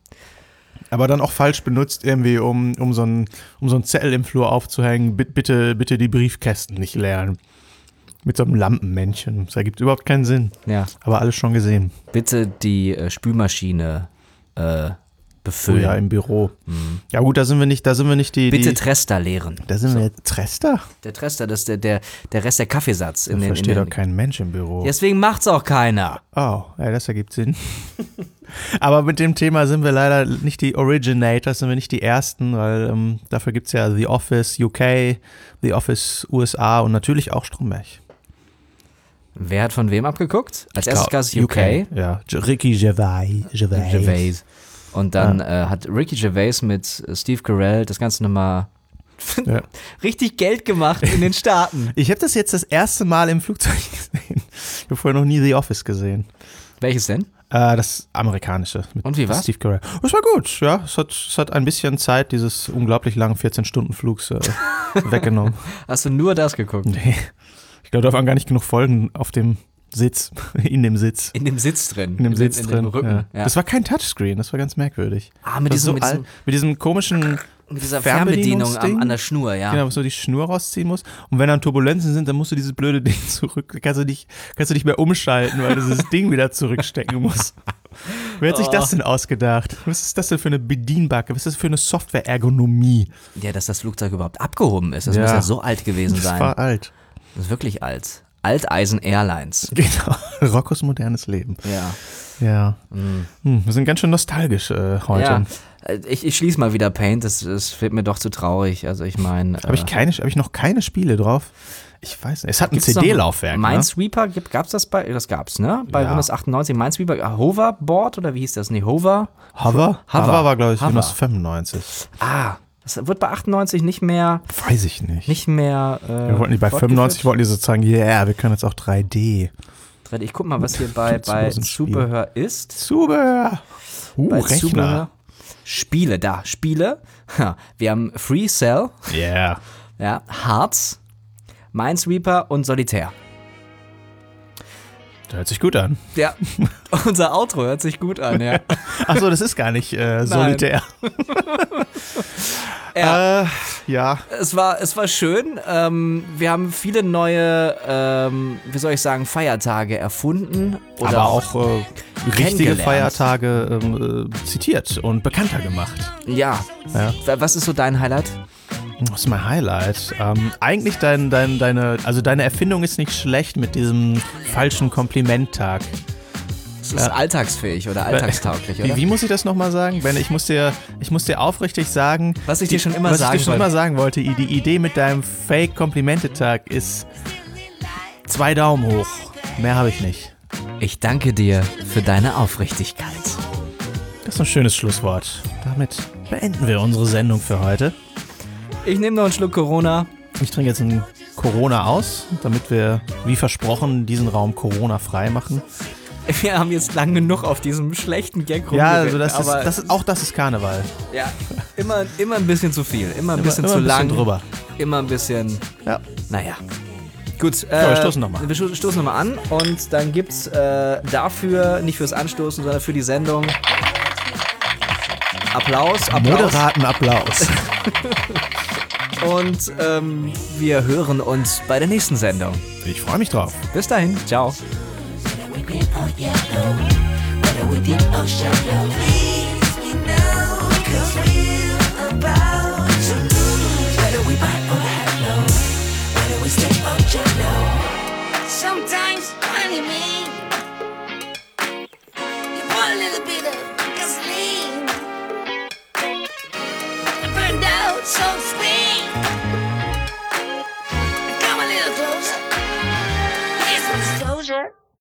[SPEAKER 3] Aber dann auch falsch benutzt, irgendwie, um, um, so, einen, um so einen Zettel im Flur aufzuhängen. Bi- bitte, bitte die Briefkästen nicht leeren. Mit so einem Lampenmännchen. Das ergibt überhaupt keinen Sinn.
[SPEAKER 2] Ja.
[SPEAKER 3] Aber alles schon gesehen.
[SPEAKER 2] Bitte die äh, Spülmaschine äh, befüllen.
[SPEAKER 3] Oh Ja, im Büro. Ja, gut, da sind wir nicht, da sind wir nicht die.
[SPEAKER 2] Mhm. Bitte
[SPEAKER 3] die,
[SPEAKER 2] Trester leeren.
[SPEAKER 3] da sind wir jetzt Trester?
[SPEAKER 2] Der Trester, das ist der, der, der Rest der Kaffeesatz. In
[SPEAKER 3] Das
[SPEAKER 2] den,
[SPEAKER 3] versteht
[SPEAKER 2] in
[SPEAKER 3] doch
[SPEAKER 2] den,
[SPEAKER 3] kein Mensch im Büro.
[SPEAKER 2] Deswegen macht's auch keiner.
[SPEAKER 3] Oh, ja, das ergibt Sinn. Aber mit dem Thema sind wir leider nicht die Originators, sind wir nicht die Ersten, weil ähm, dafür gibt es ja The Office UK, The Office USA und natürlich auch Stromberg.
[SPEAKER 2] Wer hat von wem abgeguckt? Als erstes gab es UK.
[SPEAKER 3] Ja, J- Ricky Gervais. Gervais.
[SPEAKER 2] Gervais. Und dann
[SPEAKER 3] Ah.
[SPEAKER 2] äh, hat Ricky Gervais mit äh, Steve Carell das Ganze nochmal
[SPEAKER 3] Ja.
[SPEAKER 2] richtig Geld gemacht in den Staaten.
[SPEAKER 3] Ich habe das jetzt das erste Mal im Flugzeug gesehen. Ich habe vorher noch nie The Office gesehen.
[SPEAKER 2] Welches denn?
[SPEAKER 3] Äh, das amerikanische. Mit
[SPEAKER 2] Und wie war's?
[SPEAKER 3] Steve Carell. Es war gut, ja. Es hat, es hat ein bisschen Zeit dieses unglaublich langen 14-Stunden-Flugs äh, weggenommen.
[SPEAKER 2] Hast du nur das geguckt?
[SPEAKER 3] Nee. Ich glaube, da waren gar nicht genug Folgen auf dem Sitz, in dem Sitz.
[SPEAKER 2] In dem Sitz drin.
[SPEAKER 3] In dem Sitz
[SPEAKER 2] in
[SPEAKER 3] drin.
[SPEAKER 2] Dem Rücken.
[SPEAKER 3] Ja. Das war kein Touchscreen, das war ganz merkwürdig.
[SPEAKER 2] Ah, mit
[SPEAKER 3] Das
[SPEAKER 2] diesem-
[SPEAKER 3] so
[SPEAKER 2] mit
[SPEAKER 3] al-
[SPEAKER 2] diesem-
[SPEAKER 3] mit diesem komischen
[SPEAKER 2] mit dieser Fernbedienung am,
[SPEAKER 3] Fernbedienungsding.
[SPEAKER 2] an der Schnur, ja.
[SPEAKER 3] Genau, wo du die Schnur rausziehen musst. Und wenn dann Turbulenzen sind, dann musst du dieses blöde Ding zurück. Kannst du nicht, kannst du nicht mehr umschalten, weil du dieses Ding wieder zurückstecken musst. Wer hat sich das denn ausgedacht? Was ist das denn für eine Bedienbacke? Was ist das für eine Software-Ergonomie?
[SPEAKER 2] Ja, dass das Flugzeug überhaupt abgehoben ist. Das
[SPEAKER 3] Ja.
[SPEAKER 2] muss ja so alt gewesen
[SPEAKER 3] Das
[SPEAKER 2] sein.
[SPEAKER 3] war alt.
[SPEAKER 2] Das ist wirklich alt. Alteisen Airlines.
[SPEAKER 3] Genau. Rockos modernes Leben.
[SPEAKER 2] Ja.
[SPEAKER 3] Ja. Hm, wir sind ganz schön nostalgisch äh, heute.
[SPEAKER 2] ja. Äh, Ich, ich schließe mal wieder Paint, das, das wird mir doch zu traurig. Also ich meine.
[SPEAKER 3] Habe ich, keine- hab ich noch keine Spiele drauf? Ich weiß nicht. Es hat ein CD-Laufwerk. Ne?
[SPEAKER 2] Minesweeper, gibt, gab's das bei, das gab's, ne? Bei
[SPEAKER 3] Ja.
[SPEAKER 2] Windows 98, Minesweeper, äh, Hoverboard oder wie hieß das? Nee, Hover.
[SPEAKER 3] Hover?
[SPEAKER 2] Hover.
[SPEAKER 3] Hover war, glaube ich,
[SPEAKER 2] Hover.
[SPEAKER 3] Windows 95.
[SPEAKER 2] Ah, das wird bei 98 nicht mehr,
[SPEAKER 3] Weiß ich nicht.
[SPEAKER 2] nicht mehr. Äh,
[SPEAKER 3] Wir wollten die bei 95 wollten die sozusagen, yeah, wir können jetzt auch 3D.
[SPEAKER 2] fortgeführt. Ich guck mal, was hier bei, bei
[SPEAKER 3] Nutzlosen Spiel.
[SPEAKER 2] Zubehör ist.
[SPEAKER 3] Zubehör. Uh,
[SPEAKER 2] Bei
[SPEAKER 3] Rechner.
[SPEAKER 2] Zubehör. Spiele, da, Spiele. Ha, wir haben Free Cell,
[SPEAKER 3] Yeah.
[SPEAKER 2] ja, Hearts, Minesweeper und Solitär.
[SPEAKER 3] Das hört sich gut an.
[SPEAKER 2] Ja, unser Outro hört sich gut an, ja.
[SPEAKER 3] Achso, das ist gar nicht äh, solitär.
[SPEAKER 2] Ja.
[SPEAKER 3] äh, ja.
[SPEAKER 2] es war, es war schön. Ähm, wir haben viele neue, ähm, wie soll ich sagen, Feiertage erfunden. Oder
[SPEAKER 3] Aber auch äh, richtige
[SPEAKER 2] kennengelernt.
[SPEAKER 3] Feiertage ähm, äh, zitiert und bekannter gemacht.
[SPEAKER 2] Ja.
[SPEAKER 3] Ja.
[SPEAKER 2] Wa- Was ist so dein Highlight?
[SPEAKER 3] Das ist mein Highlight. Ähm, eigentlich dein, dein, deine, also deine Erfindung ist nicht schlecht mit diesem falschen Komplimenttag.
[SPEAKER 2] Es ist alltagsfähig oder alltagstauglich,
[SPEAKER 3] Äh, Wie,
[SPEAKER 2] oder?
[SPEAKER 3] wie muss ich das nochmal sagen? Ben, ich muss dir, ich muss dir aufrichtig sagen,
[SPEAKER 2] Was ich dir schon immer
[SPEAKER 3] was
[SPEAKER 2] sagen
[SPEAKER 3] ich dir schon
[SPEAKER 2] wollte.
[SPEAKER 3] immer sagen wollte, i- die Idee mit deinem Fake-Komplimente-Tag ist zwei Daumen hoch. Mehr habe ich nicht.
[SPEAKER 2] Ich danke dir für deine Aufrichtigkeit.
[SPEAKER 3] Das ist ein schönes Schlusswort. Damit beenden wir unsere Sendung für heute.
[SPEAKER 2] Ich nehme noch einen Schluck Corona.
[SPEAKER 3] Ich trinke jetzt ein Corona aus, damit wir, wie versprochen, diesen Raum Corona-frei machen.
[SPEAKER 2] Wir haben jetzt lang genug auf diesem schlechten Gag
[SPEAKER 3] Ja,
[SPEAKER 2] rumgeritten,
[SPEAKER 3] also das ist,
[SPEAKER 2] aber
[SPEAKER 3] das ist, auch das ist Karneval.
[SPEAKER 2] ja, immer, immer ein bisschen zu viel, immer ein bisschen
[SPEAKER 3] immer
[SPEAKER 2] zu
[SPEAKER 3] ein bisschen
[SPEAKER 2] lang,
[SPEAKER 3] drüber.
[SPEAKER 2] immer ein bisschen
[SPEAKER 3] Ja.
[SPEAKER 2] Naja. Gut, äh,
[SPEAKER 3] wir stoßen noch mal an.
[SPEAKER 2] Wir sto- stoßen nochmal an und dann gibt's äh, dafür, nicht fürs Anstoßen, sondern für die Sendung. Applaus, Applaus.
[SPEAKER 3] Moderaten Applaus.
[SPEAKER 2] Und ähm, wir hören uns bei der nächsten Sendung.
[SPEAKER 3] Ich freue mich drauf.
[SPEAKER 2] Bis dahin, ciao.
[SPEAKER 4] Whether we green or yellow, whether we deep or shallow, please we know, we we're about